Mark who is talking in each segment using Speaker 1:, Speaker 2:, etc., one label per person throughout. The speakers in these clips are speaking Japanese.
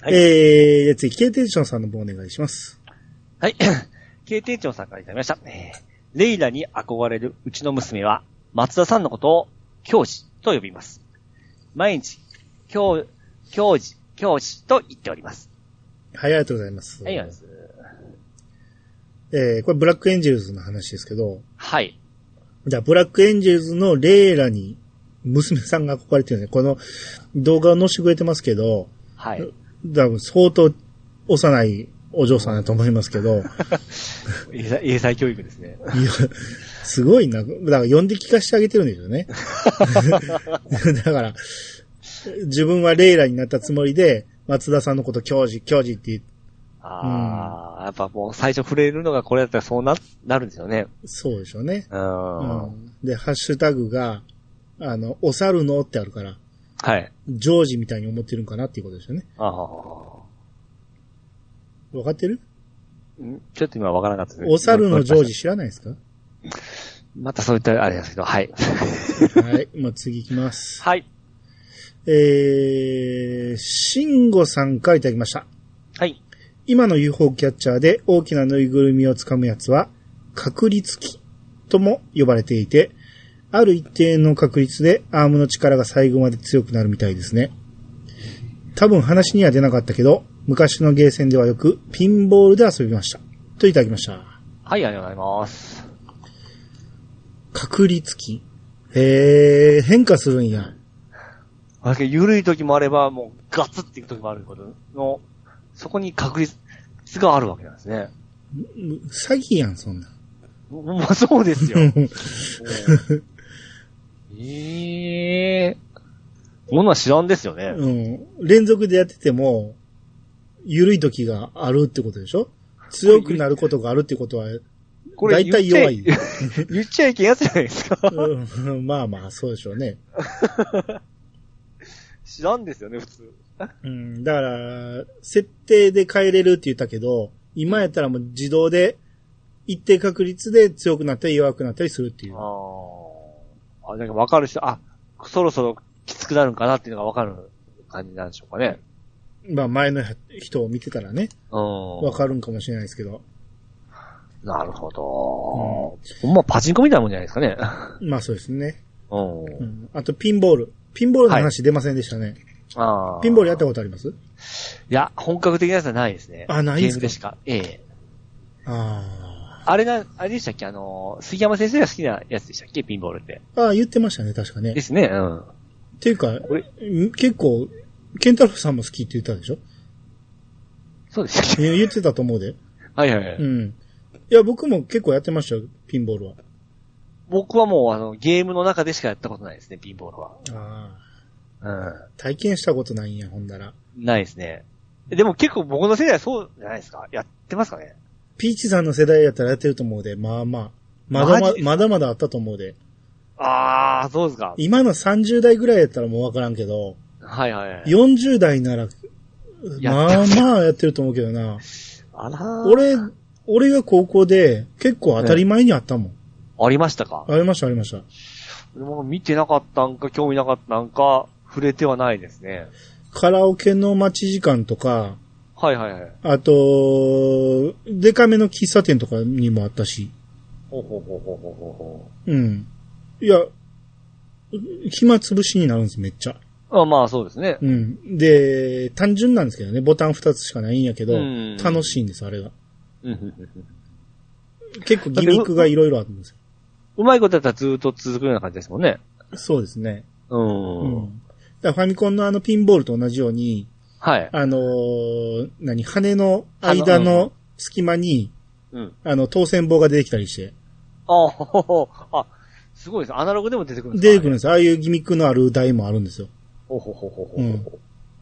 Speaker 1: はい
Speaker 2: えー、次、K テンションさんの方お願いします。
Speaker 1: はい。 経店長さんからいただきました。えーレイラに憧れるうちの娘は、松田さんのことを、教師と呼びます。毎日、教、教師、教師と言っております。
Speaker 2: はい、ありがとうございます。
Speaker 1: はい、
Speaker 2: えー、これブラックエンジェルズの話ですけど、
Speaker 1: はい。
Speaker 2: じゃあ、ブラックエンジェルズのレイラに、娘さんが憧れてるね。この動画を載せてくれてますけど、
Speaker 1: はい。
Speaker 2: 多分相当幼いお嬢さんだと思います けど、いや、
Speaker 1: 英才英才教育ですね。
Speaker 2: すごいな。だから呼んで聞かせてあげてるんです よね。だから、自分はレイラになったつもりで、松田さんのこと教授、教授って言っ
Speaker 1: ああ、やっぱもう最初触れるのがこれだったらそうな、なるんですよね。
Speaker 2: そうでしょうね。
Speaker 1: うーん。、
Speaker 2: うんんで、ハッシュタグが、あの、お猿のってあるから、
Speaker 1: はい。
Speaker 2: ジョージみたいに思ってるんかなっていうことですよね。
Speaker 1: ああ。
Speaker 2: わかってる
Speaker 1: んちょっと今わからなかったです
Speaker 2: お猿のジョージ。知らないですか
Speaker 1: またそういったあれですけど、はい。
Speaker 2: はい。まあ、次行きます。
Speaker 1: はい。
Speaker 2: えー、シンゴさんからいただきました。
Speaker 1: はい。
Speaker 2: 今の UFO キャッチャーで大きなぬいぐるみをつかむやつは、確率機とも呼ばれていて、ある一定の確率でアームの力が最後まで強くなるみたいですね。多分話には出なかったけど、昔のゲーセンではよくピンボールで遊びました。といただきました。
Speaker 1: はい、ありがとうございます。
Speaker 2: 確率機へー、変化するんや。
Speaker 1: あれ、緩い時もあれば、もうガツっていう時もあることの、そこに確率があるわけなんですね。
Speaker 2: 詐欺やん、そんなん。
Speaker 1: まあ、そうですよ。ええー。ものは知らんですよね。
Speaker 2: うん。連続でやってても、緩い時があるってことでしょ強くなることがあるってことは、
Speaker 1: これ
Speaker 2: 大体弱い
Speaker 1: 言っちゃい 言っちゃいけんやつじゃないですか。
Speaker 2: うん、 まあまあ、そうでしょうね。
Speaker 1: 知らんですよね、普通。
Speaker 2: うん、だから、設定で変えれるって言ったけど、今やったらもう自動で、一定確率で強くなったり弱くなったりするっていう。
Speaker 1: ああ。あ、なんかわかる人、あ、そろそろきつくなるんかなっていうのがわかる感じなんでしょうかね。
Speaker 2: まあ前の人を見てたらね、
Speaker 1: うん。
Speaker 2: わかるんかもしれないですけど。
Speaker 1: なるほど。ほんまパチンコみたいなもんじゃないですかね。
Speaker 2: まあそうですね。
Speaker 1: うん。
Speaker 2: うん、あとピンボール。ピンボールの話出ませんでしたね。
Speaker 1: ああ。
Speaker 2: ピンボールやったことあります
Speaker 1: いや、本格的なやつはないですね。
Speaker 2: あないん
Speaker 1: ゲー
Speaker 2: すか
Speaker 1: ムでしか。ええ。
Speaker 2: あ
Speaker 1: あれな、あれでしたっけあの、杉山先生が好きなやつでしたっけピンボールって。
Speaker 2: あ。ああ、言ってましたね、確かね
Speaker 1: で。すね、うん。
Speaker 2: っていうか
Speaker 1: れ、
Speaker 2: ん結構、ケンタロウさんも好きって言ったでしょ
Speaker 1: そうでしたっけ
Speaker 2: 言言ってたと思うで。
Speaker 1: はいはいはい。
Speaker 2: うん。いや、僕も結構やってましたよ、ピンボールは。
Speaker 1: 僕はもう、あの、ゲームの中でしかやったことないですね、ピンボールは。
Speaker 2: ああ。
Speaker 1: う
Speaker 2: 体験したことないんや、ほんなら。
Speaker 1: ん。ないですね。でも結構僕の世代はそうじゃないですかやってますかね
Speaker 2: ピーチさんの世代やったらやってると思うで、まあまあ。まだ
Speaker 1: マ
Speaker 2: ま
Speaker 1: ジ
Speaker 2: まだまだあったと思うで。
Speaker 1: あー、そうですか。
Speaker 2: 今の30代ぐらいやったらもうわからんけど、
Speaker 1: はいはいはい。
Speaker 2: 40代なら、まあまあやってると思うけどな。
Speaker 1: あらー
Speaker 2: 俺、俺が高校で結構当たり前にあったもん。
Speaker 1: ありましたか
Speaker 2: ありました、ありました。
Speaker 1: もう見てなかったんか、興味なかったんか、触れてはないですね。
Speaker 2: カラオケの待ち時間とか、
Speaker 1: はいはいはい。
Speaker 2: あと、デカめの喫茶店とかにもあったし。
Speaker 1: ほうほうほうほうほうほうほ
Speaker 2: うん。いや、暇つぶしになるんです、めっちゃ。
Speaker 1: う。あまあそうですね。
Speaker 2: うん。で、単純なんですけどね、ボタン2つしかないんやけど
Speaker 1: うん、
Speaker 2: 楽しいんです、あれが。
Speaker 1: うんうんうんうん
Speaker 2: 結構ギミックがいろいろあるんです
Speaker 1: うまいことやったらずっと続くような感じですもんね。
Speaker 2: よ。そうですね。
Speaker 1: う。
Speaker 2: うんん。だからファミコンのあのピンボールと同じように、
Speaker 1: はい。
Speaker 2: あのー何、羽の間の隙間に、
Speaker 1: うん。
Speaker 2: あの、当選棒が出てきたりして、
Speaker 1: あほほほあ、すごいです。アナログでも出てくるんですか
Speaker 2: 出てくるん
Speaker 1: で
Speaker 2: です。ああいうギミックのある台もあるんですよ。
Speaker 1: ほうほうほうほうほ
Speaker 2: う
Speaker 1: うん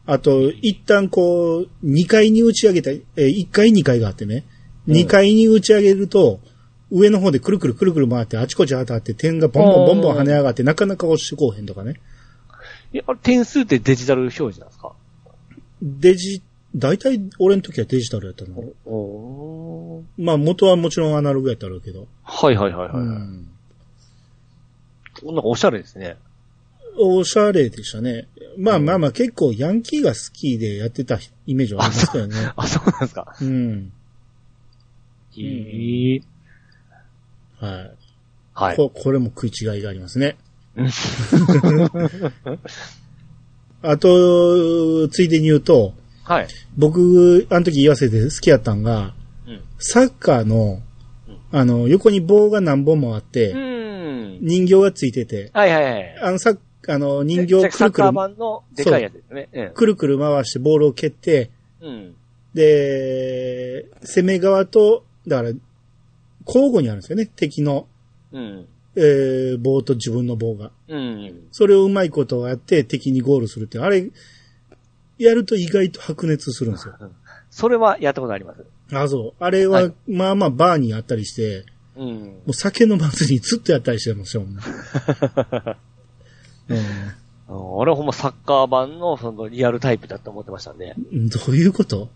Speaker 2: あと、一旦こう、2階に打ち上げた、えー、1階2階があってね、
Speaker 1: うん
Speaker 2: 2階に打ち上げると、上の方でくるくるくるくる回って、あちこち当たって、点がボンボンボンボン跳ね上がって、なかなか落ちてこうへんとかね。
Speaker 1: えあれ点数ってデジタル表示なんですか
Speaker 2: デジ、大体俺の時はデジタルやったの。
Speaker 1: おー
Speaker 2: まあ元はもちろんアナログやったろうけど。
Speaker 1: はいはいはいは
Speaker 2: う
Speaker 1: い。
Speaker 2: ん。
Speaker 1: なんかおしゃれですね。
Speaker 2: おしゃれでしたね。まあまあまあ、結構ヤンキーが好きでやってたイメージはありますけどね。
Speaker 1: あ、そうなんですか。
Speaker 2: うん。
Speaker 1: へえ。
Speaker 2: は。
Speaker 1: はいい。
Speaker 2: ここれも食い違いがありま すね
Speaker 1: うん。
Speaker 2: あと、ついでに言うと、
Speaker 1: はい。
Speaker 2: 僕、あの時言わせて好きやったんが、
Speaker 1: うん
Speaker 2: サッカーの
Speaker 1: うん、
Speaker 2: あの、横に棒が何本もあっ
Speaker 1: う
Speaker 2: て、
Speaker 1: ーん。
Speaker 2: 人形がついてて、
Speaker 1: はいはいはい。
Speaker 2: あの、さあの、人
Speaker 1: じ
Speaker 2: 形
Speaker 1: ゃ
Speaker 2: く
Speaker 1: サ
Speaker 2: る
Speaker 1: ッ
Speaker 2: く
Speaker 1: カ
Speaker 2: る
Speaker 1: ー、版のでかいやつですね。うん
Speaker 2: くるくる回してボールを蹴って、
Speaker 1: うん。
Speaker 2: で、攻め側と、だから、交互にあるんですよね。敵の、
Speaker 1: うん。
Speaker 2: えー、棒と自分の棒が。
Speaker 1: うん。
Speaker 2: それをうまいことをやって敵にゴールするっていう、あれ、やると意外と白熱するんですよ。
Speaker 1: それはやったことあります。
Speaker 2: あ、そう。あれは、
Speaker 1: はい
Speaker 2: まあまあバーにあったりして、
Speaker 1: うん。
Speaker 2: もう酒の祭りにずっとやったりしてますよ、も う
Speaker 1: 俺はほんまサッカー版のそのリアルタイプだと思ってましたんで。
Speaker 2: うん、どういうこと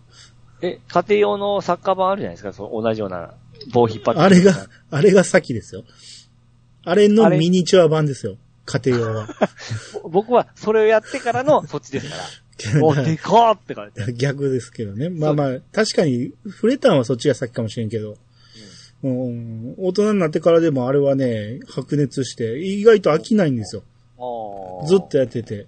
Speaker 1: え、家庭用のサッカー版あるじゃないですか、その同じような棒引っ張って。
Speaker 2: あれが、あれが先ですよ。あれの
Speaker 1: あれ
Speaker 2: ミニチュア版ですよ。家庭 用は。
Speaker 1: ぼ僕はそれをやってからのそっちです から。お、でかーって感じ。
Speaker 2: 逆ですけどね。まあまあ、確かに、触れたんはそっちが先かもしれんけど、うん、大人になってからでもあれはね、白熱して、意外と飽きないんですよ。
Speaker 1: あー
Speaker 2: ずっと。やってて。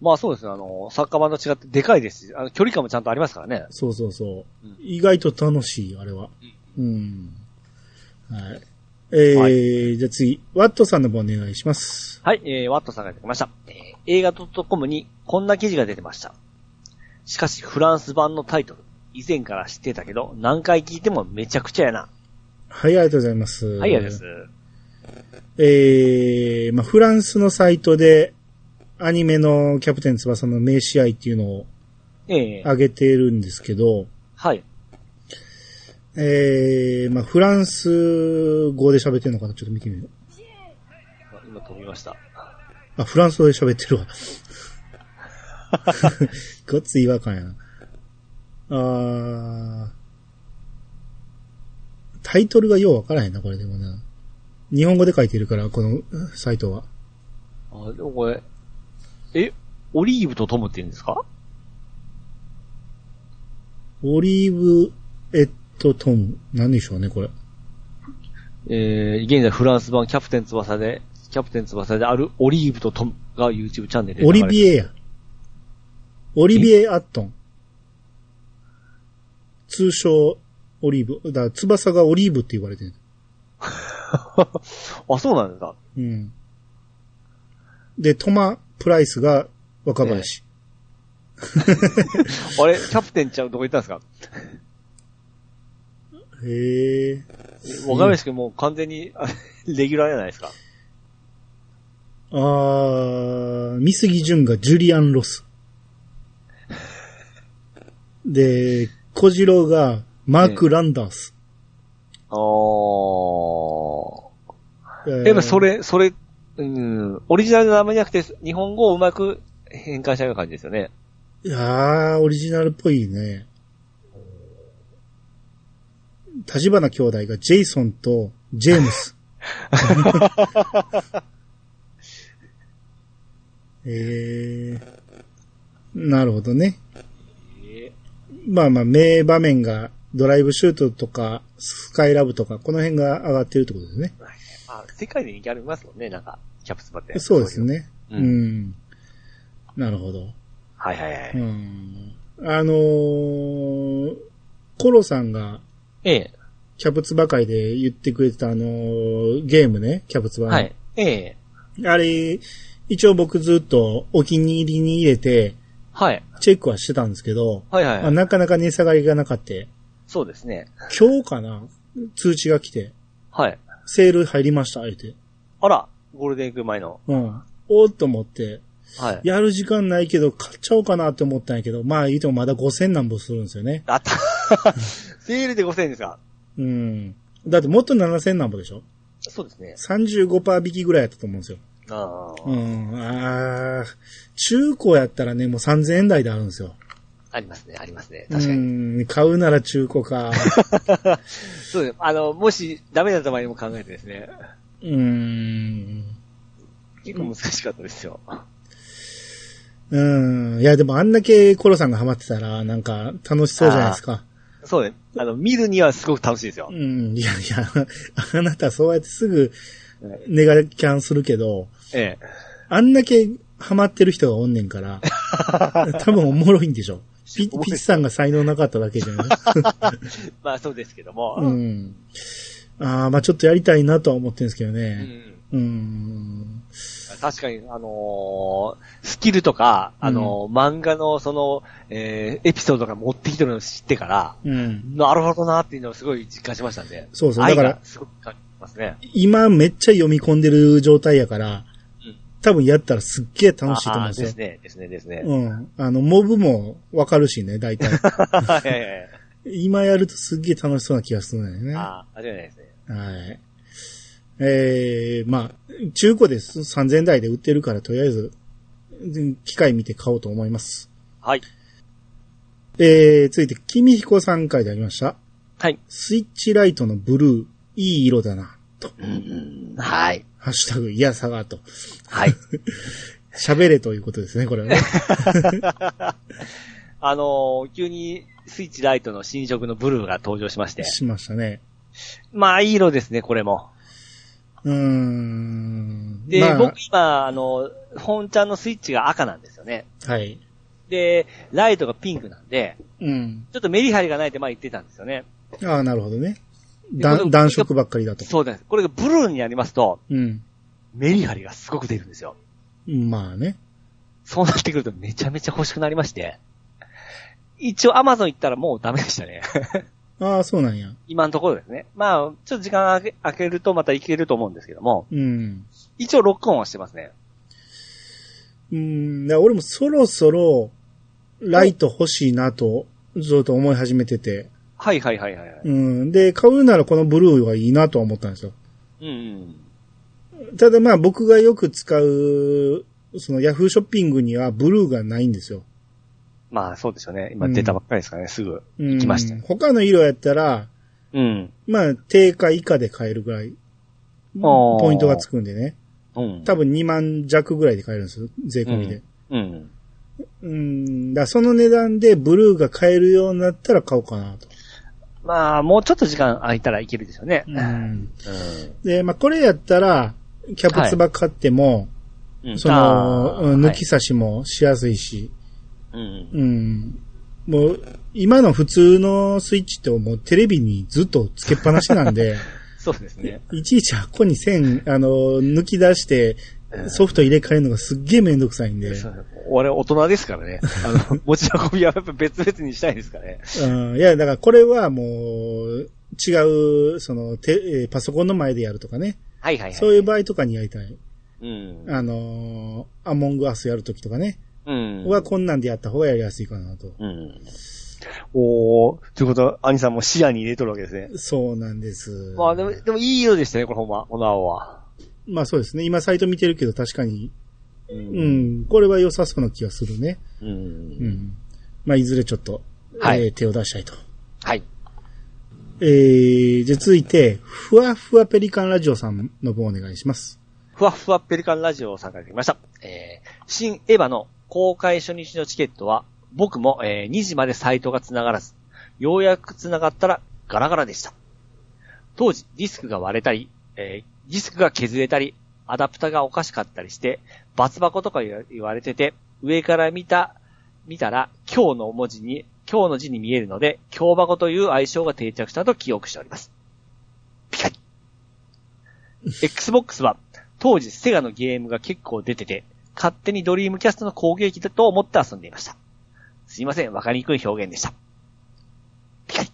Speaker 1: まあそうですね、あの、サッカー版と違ってでかいですし、あの距離感もちゃんとありますからね。
Speaker 2: そうそうそう。
Speaker 1: うん
Speaker 2: 意外と楽しい、あれは。うん。はい。えー
Speaker 1: は
Speaker 2: じゃあ次、ワットさんの方お願いします。
Speaker 1: はい、えー、ワットさんがやってきました。えー映画 .com にこんな記事が出てました。しかしフランス版のタイトル、以前から知ってたけど、何回聞いてもめちゃくちゃやな。
Speaker 2: はい、ありがとうございます。
Speaker 1: はい、嫌です。。
Speaker 2: えー、まあ、フランスのサイトで、アニメのキャプテン翼の名試合っていうのを
Speaker 1: ええ
Speaker 2: 上げてるんですけど、
Speaker 1: はい。
Speaker 2: えー、まあ、フランス語で喋ってるのかなちょっと見てみよう。
Speaker 1: 今飛びました。
Speaker 2: あ、フランス語で喋ってるわ。 ごっつ違和感やな。あータイトルがようわからへんな、これでもな。日本語で書いてるから、このうんサイトは。
Speaker 1: あ、でもこれ、え、オリーブとトムって言うんですか
Speaker 2: オリーブ、エット、トム。何でしょうね、これ。
Speaker 1: えー、現在フランス版キャプテン翼で、キャプテン翼であるオリーブとトムが YouTube チャンネルで
Speaker 2: オリ
Speaker 1: エ。
Speaker 2: ビエや。オリビエ・アットン。通称、オリーブ。だから翼がオリーブって言われてる。
Speaker 1: あ、そうなんですか。
Speaker 2: うん。で、トマ・プライスが若林。
Speaker 1: あれ、キャプテンちゃんどこ行ったんですか
Speaker 2: へえ。
Speaker 1: 若林君もう完全に、あレギュラーじゃないですか。
Speaker 2: あー、三杉淳がジュリアン・ ロス。で、小次郎がマーク・ランダース。
Speaker 1: あー。
Speaker 2: えー
Speaker 1: やっぱそ。れ、それ、うん、オリジナルの名前じゃなくて、日本語をうまく変換したような感じですよね。
Speaker 2: いやー、オリジナルっぽいね。立花兄弟がジェイソンとジェーム ス。えー、なるほどね。まあまあ、名場面が、ドライブシュートとか、スカイラブとか、この辺が上がってるってことですね。
Speaker 1: あ世界で人気ありますもんね、なんか、キャプツバって。
Speaker 2: そうですね。
Speaker 1: そうういうの。うん。
Speaker 2: ん。なるほど。
Speaker 1: はいはいは
Speaker 2: う
Speaker 1: い。
Speaker 2: ん。あのー、コロさんが、
Speaker 1: ええ。
Speaker 2: キャプツバ会で言ってくれてたあのーゲームね、キャプツバの。
Speaker 1: はい。ええ。
Speaker 2: あれ、一応僕ずっとお気に入りに入れて、
Speaker 1: はい。
Speaker 2: チェックはしてたんですけど、
Speaker 1: はいはい
Speaker 2: まあ
Speaker 1: はい。
Speaker 2: なかなか値下がりがなかった。
Speaker 1: そうですね。
Speaker 2: 今日かな通知が来て、
Speaker 1: はい。
Speaker 2: セール入りました、あえて。
Speaker 1: あら、ゴールデンウィーク前の。
Speaker 2: うん。おーっと思って、
Speaker 1: はい。
Speaker 2: やる時間ないけど買っちゃおうかなって思ったんやけど、まあ言うてもまだ5000何本するんですよね。
Speaker 1: あった。 セールで5000円ですか
Speaker 2: うん。だってもっと7000何本でしょ
Speaker 1: そうですね。
Speaker 2: 35%引きぐらいやったと思うんですよ。
Speaker 1: ああ、
Speaker 2: うん、あー中古やったらね、もう3000円台であるんですよ。
Speaker 1: ありますね、ありますね。確かに。
Speaker 2: うん、買うなら中 古か。
Speaker 1: そうです。あの、もし、ダメだった場合も考えてですね。
Speaker 2: うん。
Speaker 1: 結構難しかったですよ。
Speaker 2: うん。いや、でもあんだけコロさんがハマってたら、なんか楽しそうじゃないですか。
Speaker 1: そうね。あの、見るにはすごく楽しいですよ
Speaker 2: う。ん。いやいや、 あなたそうやってすぐネガキャンするけど、
Speaker 1: ええ。
Speaker 2: あんだけハマってる人がおんねん から、多分おもろいんでしょ。ピピチさんが才能なかっただけじゃない
Speaker 1: まあそうですけども。
Speaker 2: う。ん。ああ、まあちょっとやりたいなとは思ってるんですけど
Speaker 1: う
Speaker 2: ね。
Speaker 1: ん
Speaker 2: うん。
Speaker 1: 確かに、あのースキルとか、あのー漫画のその、えーエピソードが持ってきてるのを知ってから、
Speaker 2: うん。
Speaker 1: なるほどなっていうのをすごい実感しましたんで。
Speaker 2: そうそう
Speaker 1: 愛
Speaker 2: だから
Speaker 1: がすごく感じますね。
Speaker 2: 今めっちゃ読み込んでる状態やから
Speaker 1: うん、
Speaker 2: 多分やったらすっげえ楽しいと思うんですよ
Speaker 1: あー。ね。ですね、ですね。
Speaker 2: うん。あの、モブもわかるしね、大体。
Speaker 1: はいはいはい。
Speaker 2: 今やるとすっげえ楽しそうな気がするんだよね。
Speaker 1: あ
Speaker 2: は
Speaker 1: あ、間違いないですね。
Speaker 2: い。えー、まあ、中古です3000台で売ってるから、とりあえず、うん機械見て買おうと思います。
Speaker 1: はい。
Speaker 2: えー、続いて、君彦さん回でありました。
Speaker 1: はい。
Speaker 2: スイッチライトのブルー、いい色だな、と。
Speaker 1: はい。
Speaker 2: ハッシュタグ、いやさが、と。
Speaker 1: はい。
Speaker 2: 喋れということですね、これ はね。
Speaker 1: あのー急にスイッチライトの新色のブルーが登場しまして。
Speaker 2: しましたね。
Speaker 1: まあ、いい色ですね、これも。
Speaker 2: うーん。
Speaker 1: で、
Speaker 2: まあ
Speaker 1: 僕今、あの、本ちゃんのスイッチが赤なんですよね。
Speaker 2: はい。
Speaker 1: で、ライトがピンクなんで、
Speaker 2: うん。
Speaker 1: ちょっとメリハリがないって前言ってたんですよね。
Speaker 2: ああ、なるほどね。
Speaker 1: で
Speaker 2: だ
Speaker 1: これ
Speaker 2: 暖色ばっかりだと。
Speaker 1: そうです。これがブルーになりますと、
Speaker 2: うん。
Speaker 1: メリハリがすごく出るんですよ。
Speaker 2: まあね。
Speaker 1: そうなってくるとめちゃめちゃ欲しくなりまして。一応アマゾン行ったらもうダメでしたね。
Speaker 2: ああ、そうなんや。
Speaker 1: 今のところですね。まあ、ちょっと時間あけ空けるとまたいけると思うんですけども、
Speaker 2: うん。
Speaker 1: 一応ロックオンはしてますね。
Speaker 2: うん。だから俺もそろそろ、ライト欲しいなと、ずっと思い始めてて。
Speaker 1: はいはいはいはいはい。
Speaker 2: うん。で、買うならこのブルーがいいなとは思ったんですよ。
Speaker 1: うん、うん。
Speaker 2: ただまあ僕がよく使う、そのヤフーショッピングにはブルーがないんですよ。
Speaker 1: まあそうですよね。今出たばっかりですからね、すぐ。
Speaker 2: うん。
Speaker 1: 行きましたよ
Speaker 2: 他の色やったら、
Speaker 1: うん。
Speaker 2: まあ定価以下で買えるぐらい、
Speaker 1: あー
Speaker 2: ポイントがつくんでね。
Speaker 1: うん。
Speaker 2: 多分2万弱ぐらいで買えるんですよ。税込みで。
Speaker 1: うん。
Speaker 2: うん、だからその値段でブルーが買えるようになったら買おうかなと。
Speaker 1: まあ、もうちょっと時間空いたらいけるでしょうね。
Speaker 2: うん、
Speaker 1: う
Speaker 2: で、まあ、これやったら、キャプツバ買っても、
Speaker 1: ん。うん
Speaker 2: そ
Speaker 1: あ
Speaker 2: の、
Speaker 1: ー
Speaker 2: うん
Speaker 1: は
Speaker 2: 抜
Speaker 1: い
Speaker 2: き差しもしやすいし、
Speaker 1: うん。
Speaker 2: うん。もう、今の普通のスイッチってもうテレビにずっとつけっぱなしな んで、
Speaker 1: そうですね。
Speaker 2: いちいち箱に線、あの、抜き出して、ソフト入れ替えるのがすっげえめんどくさいんで、
Speaker 1: そう俺、大人ですからね。あの、持ち運びはやっぱ別々にしたいですからね。
Speaker 2: うん、いや、だからこれはもう、違う、その、てえーパソコンの前でやるとかね。
Speaker 1: はいはいはい。
Speaker 2: そういう場合とかにやりたい。
Speaker 1: うん。
Speaker 2: あのーアモングアスやるときとかね。
Speaker 1: うん。
Speaker 2: はこんなんでやった方がやりやすいかなと。
Speaker 1: うん。おー、ということは、兄さんも視野に入れとるわけですね。
Speaker 2: そうなんです。
Speaker 1: まあでも、でもいい色でしたね、これほんま、この青は。
Speaker 2: まあそうですね。今サイト見てるけど確かに、
Speaker 1: う
Speaker 2: う。ん、これは良さそうな気がするね。
Speaker 1: う。
Speaker 2: うんん。まあいずれちょっと、
Speaker 1: はい
Speaker 2: えー手を出したいと。
Speaker 1: はい。
Speaker 2: えー、じゃあ続いて、ふわふわペリカンラジオさんの方お願いします。
Speaker 1: ふわふわペリカンラジオを参加できました。えー、新エヴァの公開初日のチケットは、僕も、えー2時までサイトが繋がらず、ようやく繋がったらガラガラでした。当時、ディスクが割れたり、えーディスクが削れたり、アダプタがおかしかったりして、バツ箱とか言わ言われてて、上から見た、見たら、今日の文字に、今日の字に見えるので、今日箱という愛称が定着したと記憶しております。ピカリ Xbox は、当時セガのゲームが結構出てて、勝手にドリームキャストの攻撃だと思って遊んでいました。すいません、わかりにくい表現でした。ピカリ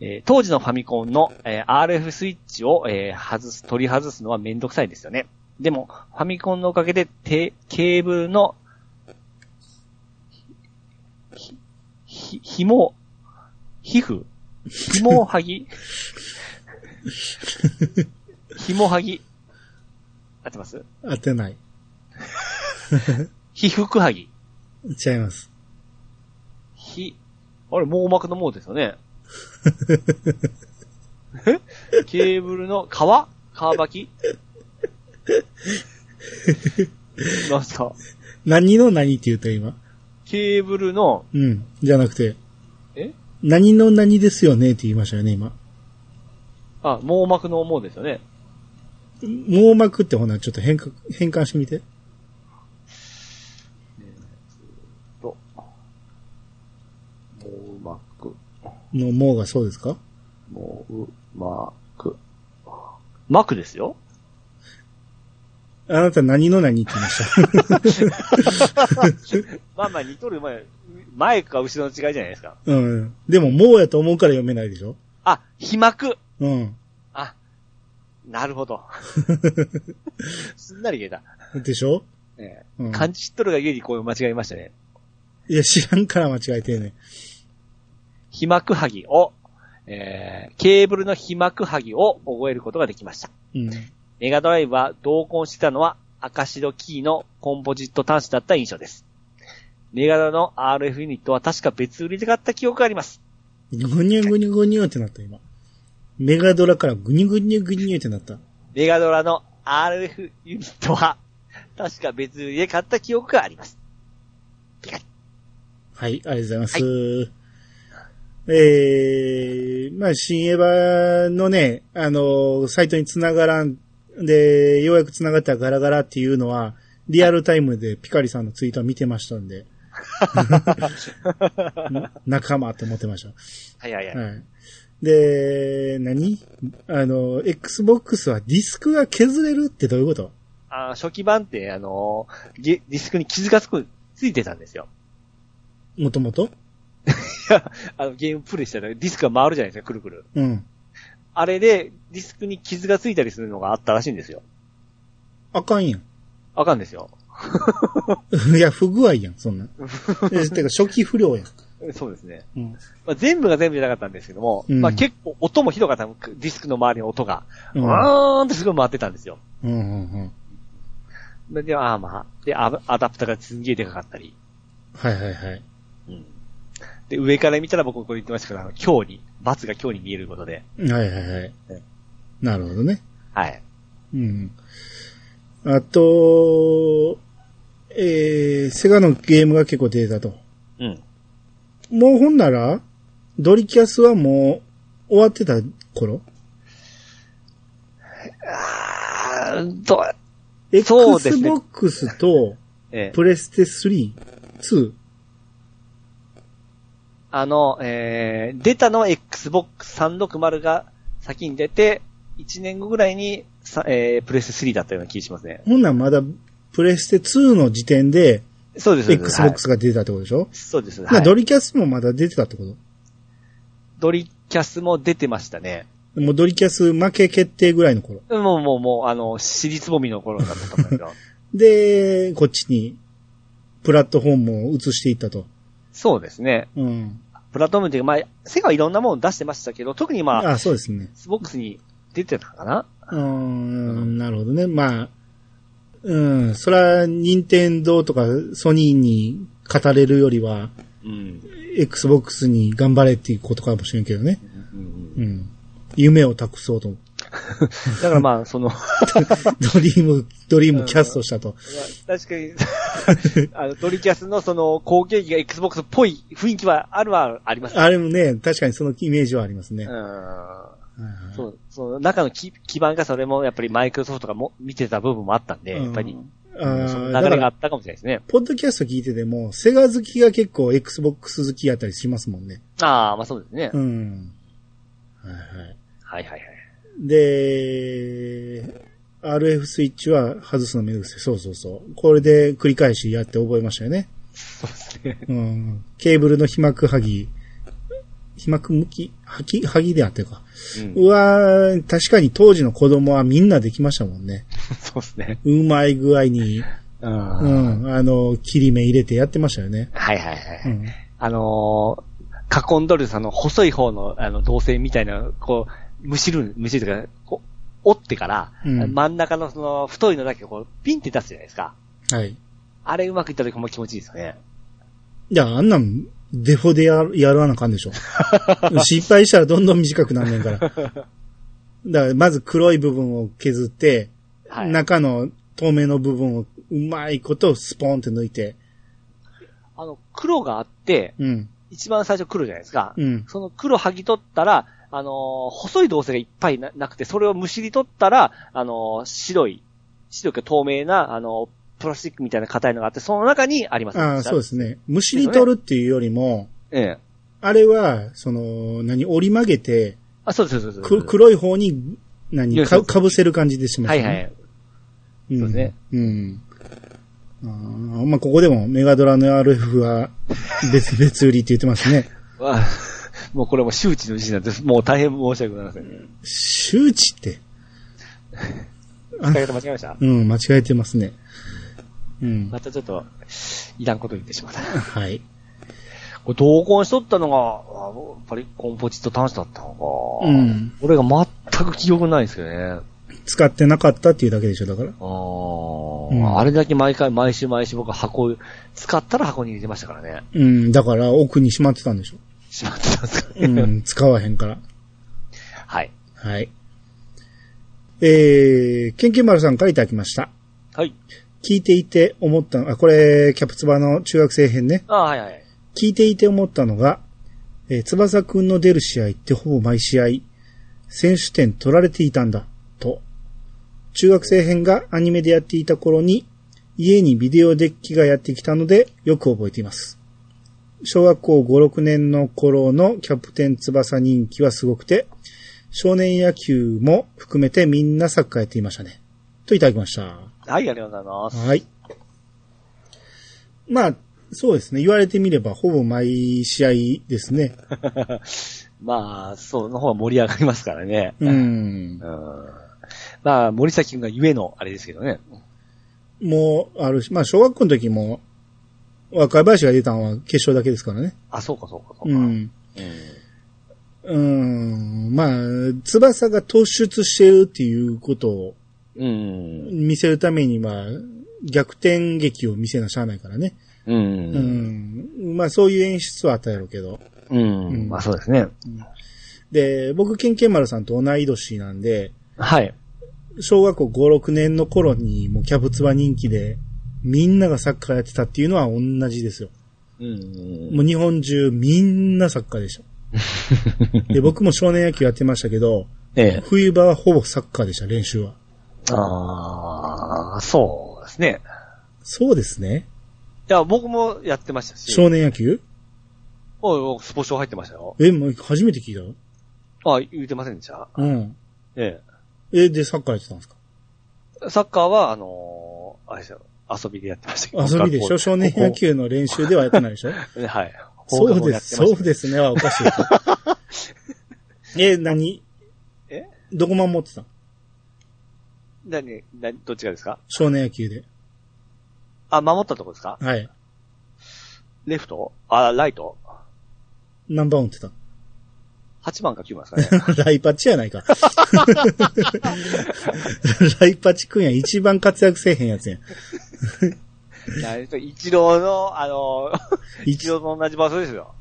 Speaker 1: えー当時のファミコンの、えー RF スイッチを、えー外す、取り外すのはめんどくさいですよね。でも、ファミコンのおかげで、てケーブルの、ひ、ひ、紐、皮膚、 紐をはぎ、紐はぎ、合ってます
Speaker 2: 当てない。
Speaker 1: 皮膚くはぎ。
Speaker 2: 違います。
Speaker 1: ひ、あれ、網膜の網ですよ ね。 えケーブルの皮皮ばきなんすか
Speaker 2: 何の何って言った今。
Speaker 1: ケーブルの、
Speaker 2: うん。じゃなくて、
Speaker 1: え
Speaker 2: 何の何ですよねって言いましたよね、今。
Speaker 1: あ、網膜の網ですよね。
Speaker 2: 網膜ってほな、ちょっと変換、変換してみて。
Speaker 1: と、網膜、
Speaker 2: の網がそうですか
Speaker 1: 網膜。膜です よ
Speaker 2: あなた何の何って言いました。
Speaker 1: まあまあ、似とる前、前か後ろの違いじゃないですか。
Speaker 2: うん。でも、もうやと思うから読めないでしょ
Speaker 1: あ、被膜
Speaker 2: うん。
Speaker 1: あ、なるほ ど。すんなり言えた。
Speaker 2: でしょ
Speaker 1: え
Speaker 2: う
Speaker 1: え
Speaker 2: ん。
Speaker 1: 漢字知っとるがゆえにこう間違えましたね。
Speaker 2: いや、知らんから間違えてんねん。
Speaker 1: 被膜剥ぎを、えー、ケーブルの被膜剥ぎを覚えることができました。
Speaker 2: うん。
Speaker 1: メガドライブは同梱してたのは赤白キーのコンポジット端子だった印象です。メガドラの RF ユニットは確か別売りで買った記憶があります。
Speaker 2: ぐにゅぐにゅぐにゅってなった、今。メガドラからぐにゅぐにゅぐにゅってなった。
Speaker 1: メガドラの RF ユニットは確か別売りで買った記憶があります。
Speaker 2: はい、ありがとうございます。えー、まあ、新エヴァのね、あのーサイトに繋がらん、で、ようやく繋がったらガラガラっていうのは、リアルタイムでピカリさんのツイートは見てましたん で。仲間って思ってまし
Speaker 1: はいはいはい。
Speaker 2: た。はい。で、何あの、Xbox はディスクが削れるってどういうこと
Speaker 1: あー初期版って、あのーゲディスクに傷がつく、ついてたんですよ。
Speaker 2: もともと
Speaker 1: いや あの、ゲームプレイしたらディスクが回るじゃないですか、くるくる。
Speaker 2: うん。
Speaker 1: あれで、ディスクに傷がついたりするのがあったらしいんですよ。
Speaker 2: あかんやん。
Speaker 1: あかんですよ。
Speaker 2: いや、不具合やん、 そんなん。えてか、初期不良やん。
Speaker 1: そうですね。
Speaker 2: うん。
Speaker 1: まあ、全部が全部じゃなかったんですけども、
Speaker 2: うん
Speaker 1: まあ結構音もひどかった、ディスクの周りの音が。
Speaker 2: う
Speaker 1: うんーんってすごい回ってたんですよ。
Speaker 2: うんうんうん。
Speaker 1: で、でああまあ。で、アアダプターがすんげえでかかったり。
Speaker 2: はいはいはい。
Speaker 1: うん。で、上から見たら僕これ言ってましたけど、あの、強に、罰が強に見えることで。
Speaker 2: はいはいはい
Speaker 1: え。
Speaker 2: なるほどね。
Speaker 1: はい。
Speaker 2: うん。あと、えー、セガのゲームが結構出たと。
Speaker 1: うん。
Speaker 2: もうほんなら、ドリキャスはもう終わってた頃
Speaker 1: あーと、そうですね
Speaker 2: ?Xbox と
Speaker 1: ええ
Speaker 2: プレステ3、2。
Speaker 1: あの、えー、出たのは Xbox 360が先に出て、1年後ぐらいに、さえー、プレステ3だったような気がしますね。
Speaker 2: ほんならまだプレステ2の時点で
Speaker 1: そうです、そうです。はい
Speaker 2: Xbox が出たってことでしょ、
Speaker 1: そうです。
Speaker 2: ま
Speaker 1: は
Speaker 2: あ
Speaker 1: い、
Speaker 2: ド
Speaker 1: ドリ
Speaker 2: リキャスもまだ出てたってこと
Speaker 1: キャスも出てましたね。
Speaker 2: もうドリキャス負け決定ぐらいの頃。
Speaker 1: もうもうもう、あの、尻つぼみの頃だったと思うんだけ ど。
Speaker 2: で、こっちに、プラットフォームを移していったと。
Speaker 1: そうですね。
Speaker 2: うん。
Speaker 1: プラットフォームっていうか、まあ、セガはいろんなもの出してましたけど、特にまあ、
Speaker 2: あ、そうですね。
Speaker 1: Xbox に出てたかな
Speaker 2: うーん、なるほどね。まあ、うん、そら、任天堂とかソニーに語れるよりは、
Speaker 1: うん。
Speaker 2: Xbox に頑張れっていうことかもしれんけどね。
Speaker 1: うんうん
Speaker 2: うん。夢を託そうと。
Speaker 1: だからまあ、その、
Speaker 2: ドリーム、ドリームキャストしたと。
Speaker 1: いや確かに、 あの、ドリキャスのその、後継機が Xbox っぽい雰囲気はあるはあります。
Speaker 2: あれもね、確かにそのイメージはありますね。
Speaker 1: う
Speaker 2: はい
Speaker 1: ん。
Speaker 2: はい
Speaker 1: そう、その中のき基盤がそれもやっぱりマイクロソフトがも見てた部分もあったんで、やっぱり、
Speaker 2: あー
Speaker 1: その
Speaker 2: だ
Speaker 1: 流
Speaker 2: か
Speaker 1: れがあ
Speaker 2: ら、
Speaker 1: ったかもしれないですね。
Speaker 2: ポッドキャスト聞いてても、セガ好きが結構 Xbox 好きやったりしますもんね。
Speaker 1: ああ、まあそうですね。
Speaker 2: うん。はいはい。
Speaker 1: はいはいはい。
Speaker 2: で、RF スイッチは外すのめんどくさい。そうそうそう。これで繰り返しやって覚えましたよね。
Speaker 1: そうですね。
Speaker 2: うん。ケーブルの被膜剥ぎ、被膜剥き、剥き、剥ぎであってるか。
Speaker 1: うん
Speaker 2: うわー確かに当時の子供はみんなできましたもんね。
Speaker 1: そうですね。
Speaker 2: うまい具合に、
Speaker 1: う。
Speaker 2: うんん、あの、切り目入れてやってましたよね。
Speaker 1: はいはいはい。
Speaker 2: うん。
Speaker 1: あのー、囲んどるさんの細い方の、あの、導線みたいな、こう、むしる、むしるというか、こう、折ってから、
Speaker 2: うん
Speaker 1: 真ん中のその、太いのだけこう、ピンって出すじゃないですか。
Speaker 2: はい。
Speaker 1: あれうまくいった時も気持ちいいですよね。
Speaker 2: いや、あんなん、デフォでやるやらなあかんで しょ。失敗したらどんどん短くなんねんから。だから、まず黒い部分を削って、
Speaker 1: はい。
Speaker 2: 中の透明の部分をうまいことスポンって抜いて、
Speaker 1: あの、黒があって、
Speaker 2: うん、
Speaker 1: 一番最初黒じゃないですか。
Speaker 2: うん、
Speaker 1: その黒剥ぎ取ったら、あのー細い導線がいっぱいななくて、それをむしり取ったら、あのー白い、白く透明な、あのープラスチックみたいな硬いのがあって、その中にあります。。
Speaker 2: ああ、そうですすね。むしり取るっていうよりも、
Speaker 1: ええ。
Speaker 2: あれは、その、何、折り曲げて、
Speaker 1: あ、そうです、そうです。そう
Speaker 2: く
Speaker 1: です
Speaker 2: 黒い方に、何
Speaker 1: よし
Speaker 2: か、かぶせる感じでしま
Speaker 1: は
Speaker 2: した
Speaker 1: い
Speaker 2: ね。
Speaker 1: はい。
Speaker 2: うん、
Speaker 1: そうですね。
Speaker 2: うん。あーまあ、ここでもメガドラの RF は 別、別売りって言ってますね。
Speaker 1: わあ もうこれも周知の事なんです。もう大変申し訳ございません、ね。
Speaker 2: 周知って、
Speaker 1: 使い方間違えました
Speaker 2: うん、間違えてますね。うん。
Speaker 1: またちょっと、いらんこと言ってしまった。
Speaker 2: はい。
Speaker 1: これ同梱しとったのが、あやっぱりコンポジット端子だったのか。
Speaker 2: うん。
Speaker 1: 俺が全く記憶ないんですよね。
Speaker 2: 使ってなかったっていうだけでしょ、だから。
Speaker 1: あー、
Speaker 2: うん
Speaker 1: あれだけ毎回、毎週毎週僕は箱、使ったら箱に入れてましたからね。
Speaker 2: うん、だから奥にしまってたんでしょ。
Speaker 1: しまってたんですか
Speaker 2: う
Speaker 1: ね。
Speaker 2: ん、使わへんから。
Speaker 1: はい。
Speaker 2: はい。えー、ケンケンマルさんからいただきました。
Speaker 1: はい。
Speaker 2: 聞いていて思ったの、あ、これ、キャプツバの中学生編ね。
Speaker 1: あーはいはい。
Speaker 2: 聞いていて思ったのが、えー翼くんの出る試合ってほぼ毎試合、選手点取られていたんだ、と。中学生編がアニメでやっていた頃に、家にビデオデッキがやってきたので、よく覚えています。小学校5、6年の頃のキャプテン翼人気はすごくて、少年野球も含めてみんなサッカーやっていましたね。といただきました。
Speaker 1: はい、ありがとうございます。
Speaker 2: はい。まあ、そうですね。言われてみれば、ほぼ毎試合ですね。
Speaker 1: まあ、そう、の方が盛り上がりますからね。
Speaker 2: うん。
Speaker 1: うんまあ、森崎君がゆえの、あれですけどね。
Speaker 2: もう、あるし、まあ、小学校の時も、若林が出たのは決勝だけですからね。
Speaker 1: あ、そうかそうかそうか。
Speaker 2: う
Speaker 1: うん
Speaker 2: ん。うん。まあ、翼が突出してるっていうことを
Speaker 1: うん。
Speaker 2: 見せるためには、逆転劇を見せなしゃあないからね。
Speaker 1: う。
Speaker 2: うんん。まあ、そういう演出はあったやろうけど。
Speaker 1: うん。まあそうですね。
Speaker 2: で、僕、ケンケン丸さんと同い年なんで、
Speaker 1: はい。
Speaker 2: 小学校5、6年の頃にもうキャブツバ人気で、みんながサッカーやってたっていうのは同じですよ。
Speaker 1: うん。
Speaker 2: もう日本中みんなサッカーでした。で、僕も少年野球やってましたけど、
Speaker 1: ええ。
Speaker 2: 冬場はほぼサッカーでした、練習は。
Speaker 1: ああ、そうですね。
Speaker 2: そうですね。
Speaker 1: いや、僕もやってましたし。
Speaker 2: 少年野球
Speaker 1: おいおいスポ少入ってましたよ。
Speaker 2: え、もう初めて聞いたよ。
Speaker 1: あ言うてませんでした
Speaker 2: うん。
Speaker 1: え
Speaker 2: え、で、サッカーやってたんですか
Speaker 1: え。サッカーは、あのーあれですよ。遊びでやってましたけど。
Speaker 2: 遊びでしょ少年野球の練習ではやってないでしょ
Speaker 1: 学校で。はい。
Speaker 2: そう
Speaker 1: 放課後や
Speaker 2: で
Speaker 1: って
Speaker 2: す、
Speaker 1: まし
Speaker 2: そ
Speaker 1: たけ
Speaker 2: う
Speaker 1: ど
Speaker 2: ですねはおかし い。え、何
Speaker 1: え
Speaker 2: どこ守ってたの
Speaker 1: 何、何、どっちがですか
Speaker 2: 少年野球で。
Speaker 1: あ、守ったとこですか
Speaker 2: はい。
Speaker 1: レフトあ、ライト
Speaker 2: 何番打ってた
Speaker 1: ?8 番か9番ですかね。
Speaker 2: ライパチやないか。ライパチくんや一番活躍せえへんやつやん。
Speaker 1: いや一郎の、あの、一
Speaker 2: 一
Speaker 1: 郎と同じ場所ですよ。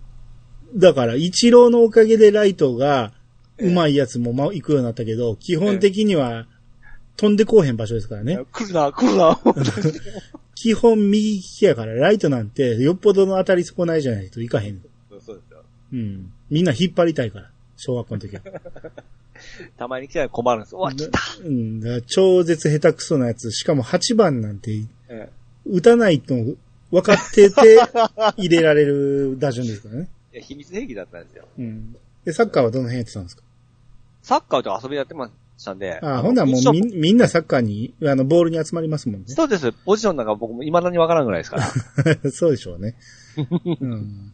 Speaker 2: だから、一郎のおかげでライトが、 うまいやつもま、行くようになったけど、基本的には、飛んでこうへん場所ですからね。
Speaker 1: 来るな、来るな。
Speaker 2: 基本右利きやから、ライトなんて、よっぽどの当たり損ないじゃないといかへん。
Speaker 1: そうですよ。
Speaker 2: うん。みんな引っ張りたいから、小学校の時は。
Speaker 1: たまに来たら困るんです。うわ、来た。
Speaker 2: うん。だから超絶下手くそなやつ、しかも8番なんて、
Speaker 1: え
Speaker 2: 打たないと分かって て入れられる打順ですからね。
Speaker 1: え秘密兵器だったんですよ。
Speaker 2: うん。で、サッカーはどの辺やってたんですか
Speaker 1: サッカーと遊びやってましたんで。
Speaker 2: ああ、ほんならもうみ
Speaker 1: ん
Speaker 2: んみんなサッカーに、あの、ボールに集まりますもんね。
Speaker 1: そうです。ポジションなんか僕も未だにわからんぐらいですから。
Speaker 2: そうでしょう ね。うん。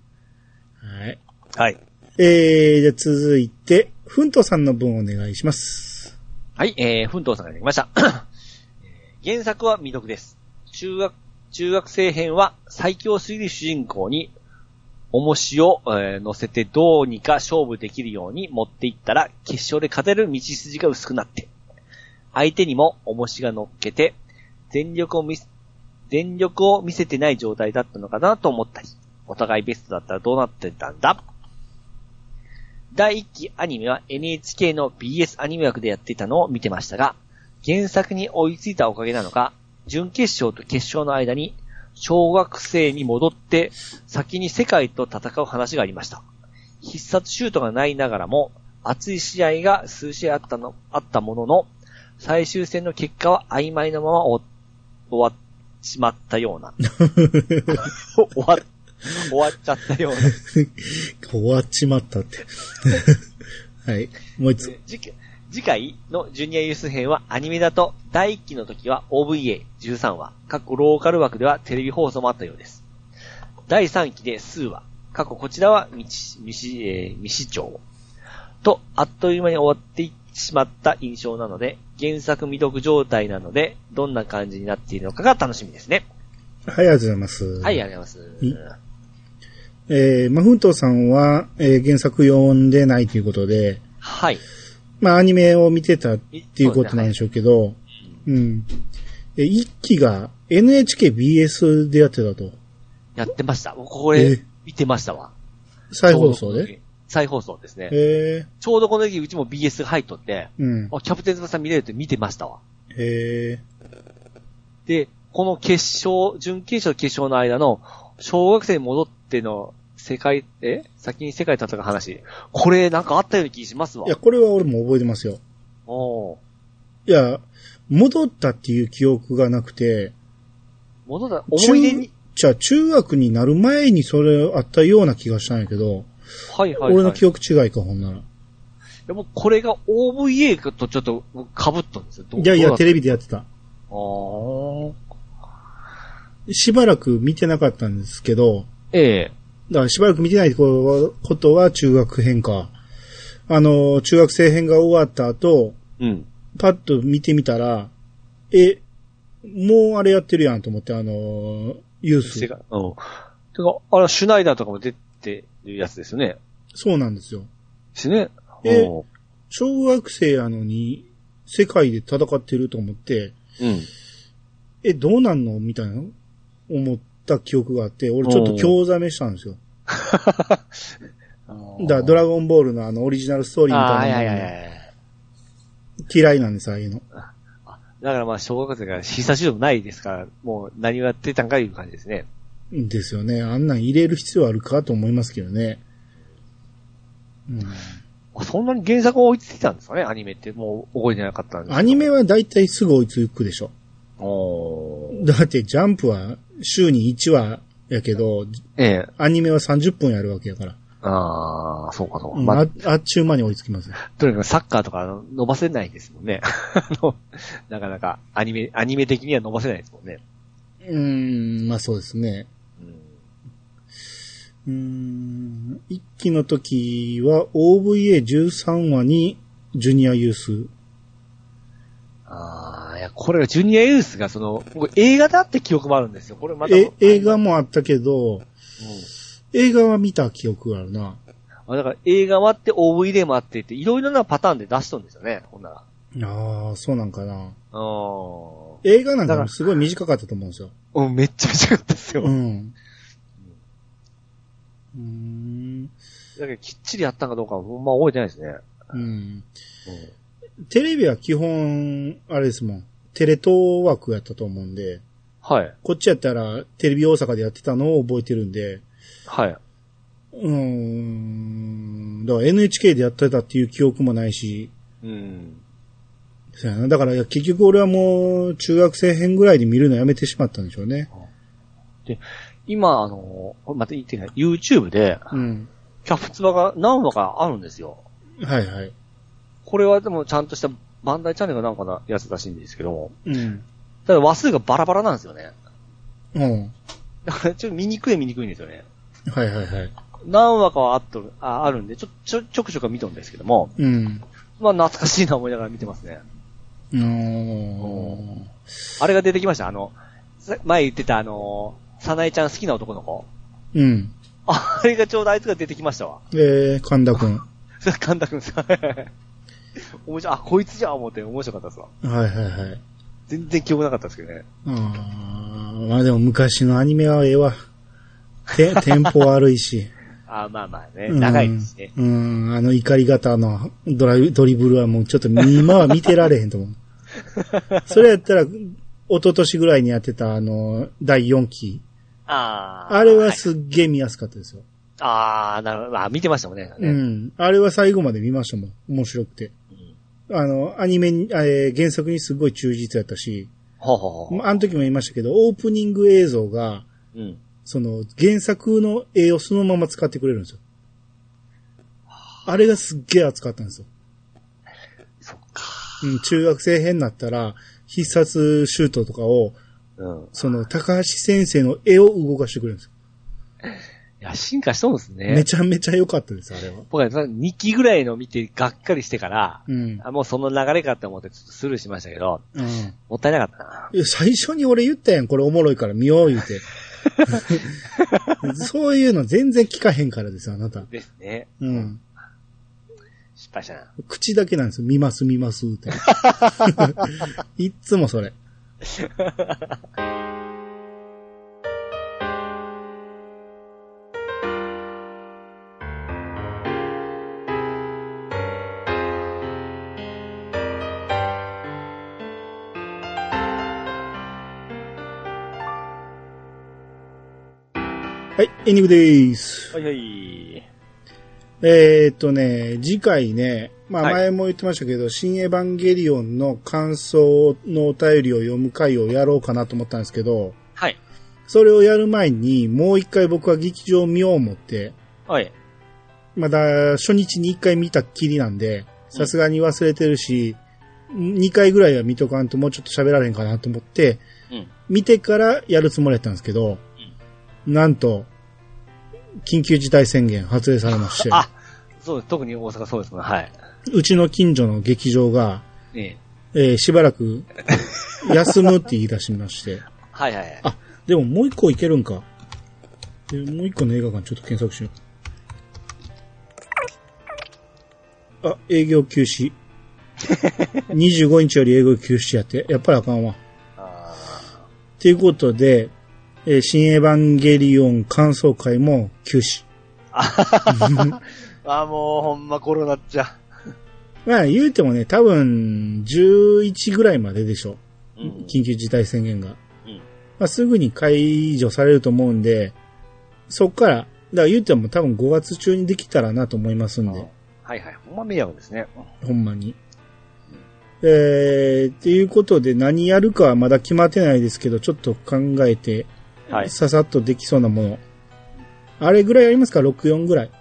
Speaker 2: はい。
Speaker 1: はい。
Speaker 2: えー、じゃあ続いて、ふんとさんの分お願いします。
Speaker 1: はい、えー、奮闘さんができました。 えー原作は未読です。中学、中学生編は最強すぎる主人公に、重しを、えー乗せてどうにか勝負できるように持っていったら、決勝で勝てる道筋が薄くなって、相手にも重しが乗っけて、全力を見せ、全力を見せてない状態だったのかなと思ったり、お互いベストだったらどうなってたんだ第1期アニメは NHK の BS アニメ枠でやっていたのを見てましたが、原作に追いついたおかげなのか、準決勝と決勝の間に、小学生に戻って、先に世界と戦う話がありました。必殺シュートがないながらも、熱い試合が数試合あったの、あったものの、最終戦の結果は曖昧なまま終わ終わっちまったような。終わっ、終わっちゃったような。
Speaker 2: 終わっちまった って。はい。もう一つ。
Speaker 1: 次回次回のジュニアユース編はアニメだと第1期の時は OVA13 話、過去ローカル枠ではテレビ放送もあったようです。第3期で数話、過去こちらは未知未知えー未視聴とあっという間に終わっていってしまった印象なので、原作未読状態なので、どんな感じになっているのかが楽しみですね。
Speaker 2: はい、ありがとうございます。は
Speaker 1: はい、ありがとうございます。
Speaker 2: えー、まあ、ふんとうさんは、えー原作読んでないということで、
Speaker 1: はい。
Speaker 2: まあ、アニメを見てたっていうことなんでしょうけど、うん。え、一期が NHKBS でやってたと。
Speaker 1: やってました。こ
Speaker 2: え
Speaker 1: れ、見てましたわ。
Speaker 2: 再放送で。
Speaker 1: 再放送ですね。
Speaker 2: へえ
Speaker 1: ちょうどこの時、うちも BS が入っとって、
Speaker 2: うん。
Speaker 1: あ、キャプテン翼見れるって見てましたわ。
Speaker 2: へえ
Speaker 1: で、この決勝、準決勝と決勝の間の、小学生に戻っての世界、え先に世界と戦う話。これ、なんかあったような気しますわ
Speaker 2: いや、。これは俺も覚えてますよ。
Speaker 1: おー
Speaker 2: いや、戻ったっていう記憶がなくて、
Speaker 1: 戻った、思い出
Speaker 2: 中
Speaker 1: に。
Speaker 2: じゃあ中学になる前にそれあったような気がしたんやけど、
Speaker 1: はいはい、
Speaker 2: 俺
Speaker 1: は
Speaker 2: の
Speaker 1: い。
Speaker 2: 記憶違いか、ほんなら。
Speaker 1: でも、これが OVA とちょっと被ったんですよ。ど
Speaker 2: いやいや、テレ
Speaker 1: ビ。
Speaker 2: ビでやってた。
Speaker 1: あー
Speaker 2: しばらく見てなかったんですけど、
Speaker 1: ええ。
Speaker 2: だからしばらく見てないことは中学編か。あの、中学生編が終わった後、
Speaker 1: うん。
Speaker 2: パッと見てみたら、え、もうあれやってるやんと思って、あの、ユ
Speaker 1: 世
Speaker 2: ース。
Speaker 1: 界、うん。てか、あれ、シュナイダーとかも出てるやつですよね。
Speaker 2: そうなんですよ。
Speaker 1: しね。
Speaker 2: え
Speaker 1: おー
Speaker 2: 小学生やのに、世界で戦ってると思って、
Speaker 1: うん。
Speaker 2: え、どうなんのみたいな、思った記憶があって、俺ちょっと興ざめしたんですよ。 だからドラゴンボールのあのオリジナルストーリーみ
Speaker 1: ああ、
Speaker 2: た
Speaker 1: い
Speaker 2: い
Speaker 1: や
Speaker 2: ない
Speaker 1: やい
Speaker 2: のが
Speaker 1: やいや。
Speaker 2: 嫌いなんです、ああいうの。
Speaker 1: だからまあ、小学生が必殺指導ないですから、もう何をやってたんかいう感じですね。
Speaker 2: ですよね。あんなん入れる必要あるかと思いますけどね。う
Speaker 1: あ
Speaker 2: ん
Speaker 1: そんなに原作を追いついたんですかね、アニメって。もう覚えてなかったんです
Speaker 2: アニメ
Speaker 1: は
Speaker 2: はだいたいすぐ追いつくでしょ。
Speaker 1: おー
Speaker 2: だってジャンプは週に1話やけど、
Speaker 1: ええ。
Speaker 2: アニメは30分やるわけやから。
Speaker 1: ああ、そうかそうか。
Speaker 2: うん
Speaker 1: まあ、
Speaker 2: ああっちゅう間に追いつきます。
Speaker 1: とにかくサッカーとかあの伸ばせないですもんね。 あのなかなかアニメ、アニメ的には伸ばせないですもんね。
Speaker 2: うーん、まあそうですね。
Speaker 1: うん
Speaker 2: うーん、一期の時は OVA13 話にジュニアユース。
Speaker 1: ああ、いや、これはジュニアユースがその、僕映画だって記憶もあるんですよ。これまた。
Speaker 2: え、映
Speaker 1: う
Speaker 2: 画もあったけど、
Speaker 1: ん
Speaker 2: 映画は見た記憶があるな。
Speaker 1: あだから映画もあって、OVD もあってって、いろいろなパターンで出しとるんですよね、ほんなら。
Speaker 2: ああ、そうなんかな。
Speaker 1: う
Speaker 2: 映画なん
Speaker 1: だか
Speaker 2: からすごい短かったと思うんですよ。
Speaker 1: ん。うん、めっちゃめちゃかったですよ。
Speaker 2: う
Speaker 1: だ
Speaker 2: ん。うーん。
Speaker 1: けど、きっちりやったんかどうかは、ほんま覚えてないですね。
Speaker 2: うん。テレビは基本、あれですもん。テレ東枠やったと思うんで、
Speaker 1: はい。
Speaker 2: こっちやったらテレビ大阪でやってたのを覚えてるんで、
Speaker 1: はい。
Speaker 2: うーん。だから NHK でやってたっていう記憶もないし、
Speaker 1: うん。
Speaker 2: そうやなだから結局俺はもう中学生編ぐらいで見るのやめてしまったんでしょうね。
Speaker 1: 今、あの、また言ってない、YouTube で、
Speaker 2: うん。
Speaker 1: キャプツバが何話かあるんですよ。
Speaker 2: はいはい。
Speaker 1: これはでもちゃんとしたバンダイチャンネルかなんかのやつらしいんですけども。
Speaker 2: うん。
Speaker 1: ただ話数がバラバラなんですよね。
Speaker 2: うん。
Speaker 1: だからちょっと見にくい見にくいんですよね。
Speaker 2: はいはいはい。
Speaker 1: 何話かはあっとる、ああるんで、ちょ、ちょ、ちょくちょくは見とるんですけども。
Speaker 2: うん。
Speaker 1: まあ懐かしいな思いながら見てますね。
Speaker 2: うーん。
Speaker 1: あれが出てきました、あの、さ前言ってたあの、さなえちゃん好きな男の子。
Speaker 2: うん。
Speaker 1: あれがちょうどあいつが出てきましたわ。
Speaker 2: えー、神田くん。は
Speaker 1: それ神田くんさん。 面白い、あ、こいつじゃん思って面白かったですわ。
Speaker 2: いはいはい。
Speaker 1: 全然記憶なかったですけどね。
Speaker 2: あーまあでも昔のアニメはええわ。て、 テンポ悪いし。
Speaker 1: あまあまあね、長いですね。
Speaker 2: うん。うんあの怒り方のドライドリブルはもうちょっと今は見てられへんと思う。それやったら、一昨年ぐらいにやってた、あの、第4期。
Speaker 1: ああ。
Speaker 2: あれはいすっげえ見やすかったですよ。
Speaker 1: ああ、なるほど。あ見てましたもんね。
Speaker 2: う
Speaker 1: ね
Speaker 2: ん。あれは最後まで見ましたもん。面白くて。あの、アニメに、えー原作にすごい忠実やったし、
Speaker 1: ほうほうほう。
Speaker 2: まああの時も言いましたけど、オープニング映像が、
Speaker 1: うん。
Speaker 2: その原作の絵をそのまま使ってくれるんですよ。あれがすっげえ熱かったんですよ。
Speaker 1: そっか。
Speaker 2: うん、中学生編になったら、必殺シュートとかを、
Speaker 1: うん。い
Speaker 2: その、高橋先生の絵を動かしてくれるんですよ。
Speaker 1: や、進化しそうですね。
Speaker 2: めちゃめちゃ良かったです、あれは。
Speaker 1: 僕は2期ぐらいの見てがっかりしてから、
Speaker 2: うん。
Speaker 1: あもうその流れかって思ってちょっとスルーしましたけど、
Speaker 2: うん
Speaker 1: もったいなかったな。
Speaker 2: いや。最初に俺言ったやん、これおもろいから見よう言 うて。そういうの全然聞かへんからですよ、あなた。
Speaker 1: ですね。
Speaker 2: うん。
Speaker 1: 失敗したな。
Speaker 2: 口だけなんですよ。見ます、見ます、って。 いっつもそれ。はい、エンディングです。
Speaker 1: はいはい。
Speaker 2: えーっとね、次回ね、まあ
Speaker 1: はい
Speaker 2: 前も言ってましたけど、新エヴァンゲリオンの感想のお便りを読む回をやろうかなと思ったんですけど、
Speaker 1: はい。
Speaker 2: それをやる前に、もう一回僕は劇場を見よう思って、
Speaker 1: はい。
Speaker 2: まだ初日に一回見たっきりなんで、さすがに忘れてるし、二回ぐらいは見とかんともうちょっと喋られんかなと思って、
Speaker 1: うん。
Speaker 2: 見てからやるつもりだったんですけど、なんと、緊急事態宣言発令されまして、
Speaker 1: あ、そうです。特に大阪そうですもん。はい。
Speaker 2: うちの近所の劇場が、
Speaker 1: ね
Speaker 2: えーしばらく休むって言い出しまして。
Speaker 1: え。はいはいはい。
Speaker 2: あ、でももう一個いけるんか。でもう一個の映画館ちょっと検索しよう。あ、営業休止。25日より営業休止やって。やっぱりあかんわ。
Speaker 1: あ
Speaker 2: ということで、えー新エヴァンゲリオン感想会も休止。
Speaker 1: ーあー、もうほんまコロナっちゃ。
Speaker 2: まあ言うてもね、多分11ぐらいまででしょ。
Speaker 1: うん。
Speaker 2: 緊急事態宣言が。
Speaker 1: うん
Speaker 2: まあ、すぐに解除されると思うんで、そっから、だから言うても多分5月中にできたらなと思いますんで、
Speaker 1: はいはい。ほんま迷惑ですね。
Speaker 2: ほんまに。えー、っていうことで何やるかはまだ決まってないですけど、ちょっと考えて、
Speaker 1: はい。
Speaker 2: ささっとできそうなもの。あれぐらいありますか ?64 ぐらい。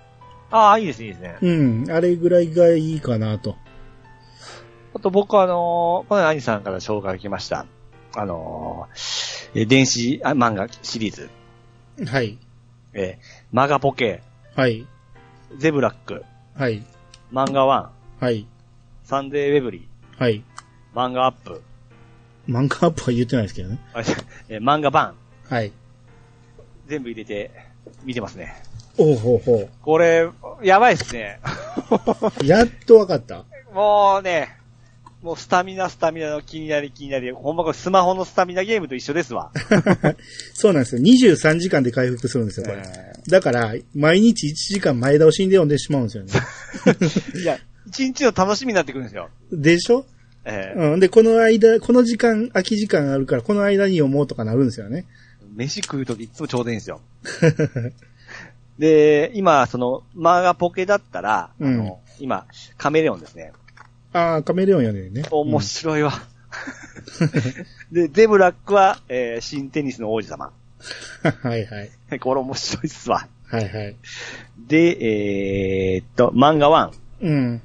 Speaker 1: ああ、いいですね、いいですね。
Speaker 2: うん、あれぐらいがいいかなと。
Speaker 1: あと僕はあのー、この兄さんから紹介が来ました。あのー、え電子あ漫画シリーズ、
Speaker 2: はい。
Speaker 1: えーマガポケ、
Speaker 2: はい。
Speaker 1: ゼブラック、
Speaker 2: はい。
Speaker 1: 漫画ワン、
Speaker 2: はい。
Speaker 1: サンデーウェブリ
Speaker 2: はい。
Speaker 1: ー、漫画アップ、
Speaker 2: 漫画アップは言ってないですけどね。
Speaker 1: あえー漫画バン、
Speaker 2: はい。
Speaker 1: 全部入れて見てますね。
Speaker 2: おうほうほう。
Speaker 1: これ、やばいっすね。
Speaker 2: やっとわかった。
Speaker 1: もうね、もうスタミナスタミナの気になり気になり、ほんまこれスマホのスタミナゲームと一緒ですわ。
Speaker 2: そうなんですよ。23時間で回復するんですよ、これ。
Speaker 1: え
Speaker 2: だから、毎日1時間前倒しにで読んでしまうんですよね。
Speaker 1: ーいや、一日の楽しみになってくるんですよ。
Speaker 2: でしょ
Speaker 1: えー
Speaker 2: うん。で、この間、この時間、空き時間あるから、この間に読もうとかなるんですよね。
Speaker 1: 飯食うときいつもちょうどいいんですよ。で、今、その、マガポケだったら、あの、今、カメレオンですね。
Speaker 2: ああ、カメレオン読んでるね。
Speaker 1: 面白いわ。 で、デブラックは、えー新テニスの王子様。
Speaker 2: うん はいはい。
Speaker 1: これ面白いっすわ。
Speaker 2: はいはい。
Speaker 1: で、えーっと、漫画1。
Speaker 2: うん。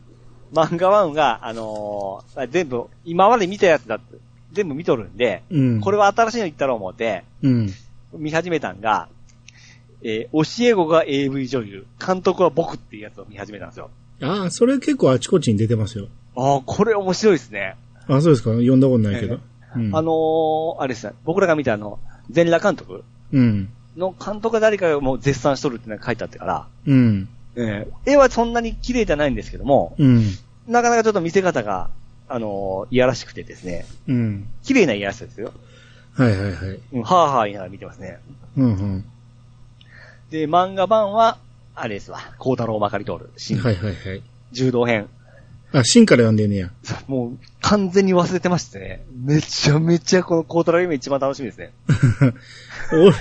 Speaker 1: 漫画1が、あのー全部、今まで見たやつだって、全部見とるんで、
Speaker 2: うん。
Speaker 1: これ
Speaker 2: は。
Speaker 1: は新しいの言ったろう思って、
Speaker 2: うん。
Speaker 1: 見始めたんが、えー教え子が AV 女優、監督は僕っていうやつを見始めたんですよ。
Speaker 2: ああ、それ結構あちこちに出てますよ。
Speaker 1: ああ、これ面白いですね。
Speaker 2: あそうですか読んだことないけど
Speaker 1: え。
Speaker 2: うん。
Speaker 1: あのー、あれですね、僕らが見たあの、全裸監督
Speaker 2: うん。
Speaker 1: の監督が誰かがもう絶賛しとるってなんか書いてあってから、
Speaker 2: うん。
Speaker 1: えー絵はそんなに綺麗じゃないんですけども、
Speaker 2: うん。
Speaker 1: なかなかちょっと見せ方が、あのー、いやらしくてですね、
Speaker 2: うん。
Speaker 1: 綺麗ないやらしさですよ。
Speaker 2: はいはいはい。
Speaker 1: うん、はぁはぁ言いながら見てますね。
Speaker 2: うん
Speaker 1: で、漫画版は、あれですわ、孝太郎まかり通る、
Speaker 2: う
Speaker 1: 新
Speaker 2: ん。はいはいはい。
Speaker 1: 柔道編。
Speaker 2: あ、シンから読んで んねや。
Speaker 1: もう完全に忘れてましてね。めちゃめちゃこのコートラ夢一番楽しみですね。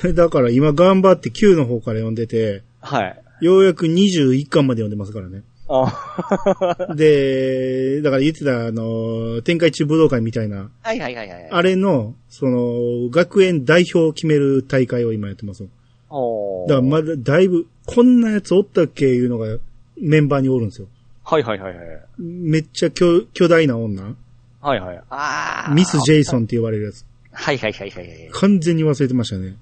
Speaker 2: 俺、だから今頑張って9の方から読んでて、
Speaker 1: はい。
Speaker 2: ようやく21巻まで読んでますからね。
Speaker 1: あ
Speaker 2: で、だから言ってた、あの、展開中武道会みたいな、
Speaker 1: はいはいはいはい。
Speaker 2: あれの、その、学園代表を決める大会を今やってます。だか
Speaker 1: おー
Speaker 2: らまだ、だいぶ、こんなやつおったっけいうのがメンバーにおるんですよ。
Speaker 1: はいはいはいはい。
Speaker 2: めっちゃ巨巨大な女
Speaker 1: はいはい。あー
Speaker 2: ミス・ジェイソンって言われるやつ。
Speaker 1: はいはいはいはいはい。
Speaker 2: 完全に忘れてました ね。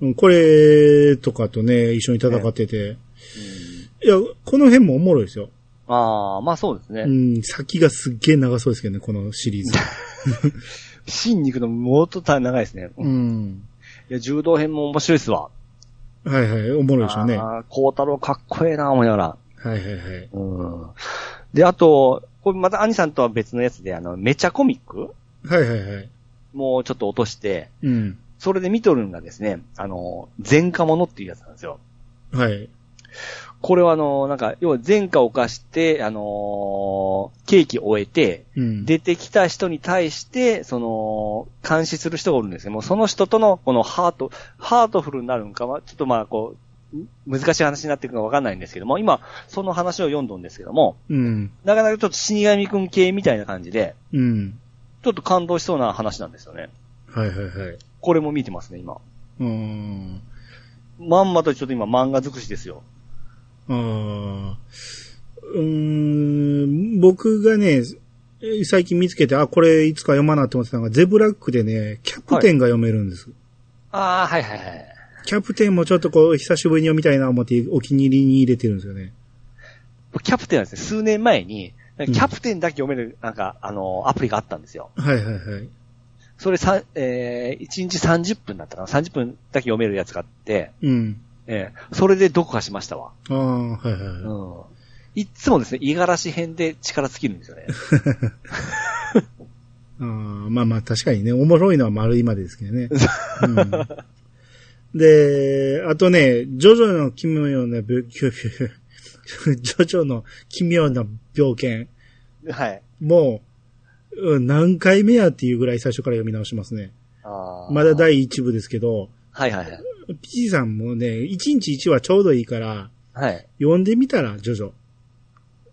Speaker 2: うんこれとかとね、一緒に戦ってて。いや、この辺もおもろいですよ。
Speaker 1: ああ、まあそうですね。
Speaker 2: うん、先がすっげえ長そうですけどね、このシリーズ。
Speaker 1: 新肉のもっと長いですね。
Speaker 2: う
Speaker 1: い
Speaker 2: ん。
Speaker 1: や、柔道編も面白いっすわ。
Speaker 2: はいはい、おもろいでしょうね。は
Speaker 1: ああ、孝太郎かっこええな、思いながら。
Speaker 2: いはいはい。
Speaker 1: うん。で、あと、これまた兄さんとは別のやつで、あの、めちゃコミック
Speaker 2: はいはいはい。
Speaker 1: もうちょっと落として、
Speaker 2: うん。
Speaker 1: それで見とるんがですね、あの、前科者っていうやつなんですよ。
Speaker 2: はい。
Speaker 1: これはあの、なんか、要は前科を犯して、あのー、刑期を終えて、
Speaker 2: うん。
Speaker 1: 出てきた人に対して、その、監視する人がおるんですね。もうその人との、このハート、ハートフルになるんかは、ちょっとまあ、こう、ん難しい話になっていくのかわかんないんですけども、今、その話を読んどんですけども、
Speaker 2: うん。
Speaker 1: なかなかちょっと死神くん系みたいな感じで、
Speaker 2: うん。
Speaker 1: ちょっと感動しそうな話なんですよね。
Speaker 2: はいはいはい。
Speaker 1: これも見てますね、今。
Speaker 2: うん。
Speaker 1: まんまとちょっと今漫画尽くしですよ。
Speaker 2: あーうーん、僕がね、え最近見つけて、あ、これいつか読まなって思ってたのが、ゼブラックでね、キャプテンが読めるんです。
Speaker 1: ああ、はいはいはい。
Speaker 2: キャプテンもちょっとこう、久しぶりに読みたいな思って、お気に入りに入れてるんですよね。
Speaker 1: キャプテンはですね、数年前に、キャプテンだけ読める、なんか、あの、アプリがあったんですよ。
Speaker 2: はいはいはい。
Speaker 1: それさ、えー、1日30分だったかな ?30 分だけ読めるやつがあって、
Speaker 2: うん。
Speaker 1: えー、それで読破しましたわ。
Speaker 2: ああ、はいはいはい。
Speaker 1: うん。いっつもですね、五十嵐編で力尽きるんですよね。
Speaker 2: あーまあまあ確かにね、おもろいのは丸いまでですけどね。うん、で、あとね、ジョジョの奇妙な病、 奇妙ジョジョの奇妙な病犬。
Speaker 1: はい。
Speaker 2: もう、うん何回目やっていうぐらい最初から読み直しますね。
Speaker 1: あー
Speaker 2: まだ。第1部ですけど、
Speaker 1: はいはいはい。
Speaker 2: ピチさんもね、1日1話ちょうどいいから、
Speaker 1: はい。
Speaker 2: 読んでみたら、ジョジョ。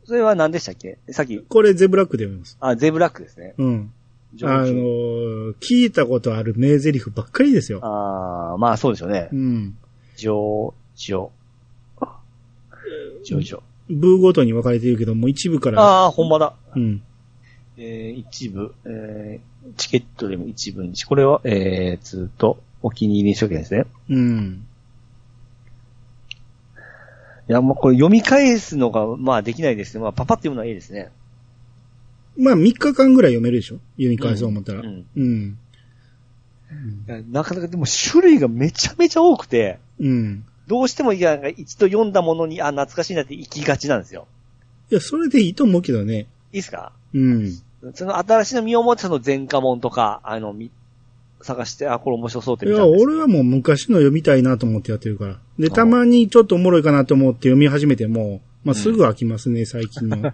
Speaker 1: それは何でしたっけさっき、
Speaker 2: これゼブラックで読みます。
Speaker 1: あ、ゼブラックですね。
Speaker 2: うん。あ
Speaker 1: 上
Speaker 2: の
Speaker 1: 級
Speaker 2: ー聞いたことある名台詞ばっかりですよ。
Speaker 1: あーまあそうでしょうね
Speaker 2: う。ん。
Speaker 1: 上、上。上上。
Speaker 2: 部ごとに分かれてるけど、もう一部から、
Speaker 1: ああ、ほんまだ。
Speaker 2: うん。
Speaker 1: えー一部、えーチケットでも一部にし、これは、えー、ずっとお気に入りにしとけですね。
Speaker 2: うん。
Speaker 1: いや、もうこれ読み返すのが、まあできないですね。まあパパって読むのはいいですね。
Speaker 2: まあ、3日間ぐらい読めるでしょ読み返そう思ったら。
Speaker 1: う
Speaker 2: うん。
Speaker 1: ん。
Speaker 2: うん。
Speaker 1: なかなかでも種類がめちゃめちゃ多くて、
Speaker 2: うん。
Speaker 1: どうしてもいや、一度読んだものに、あ、懐かしいなって行きがちなんですよ。
Speaker 2: いや、それでいいと思うけど
Speaker 1: い
Speaker 2: ね。
Speaker 1: いですか
Speaker 2: うん。
Speaker 1: その新しいの見よう思ってその前科本とか、あの、み探して、あ、これ面白そうって
Speaker 2: い
Speaker 1: 見た
Speaker 2: や、
Speaker 1: んです
Speaker 2: 俺はもう昔の読みたいなと思ってやってるから。で、
Speaker 1: ああ
Speaker 2: たまにちょっとおもろいかなと思って読み始めても、まあ、すぐ飽きますね、最近 の。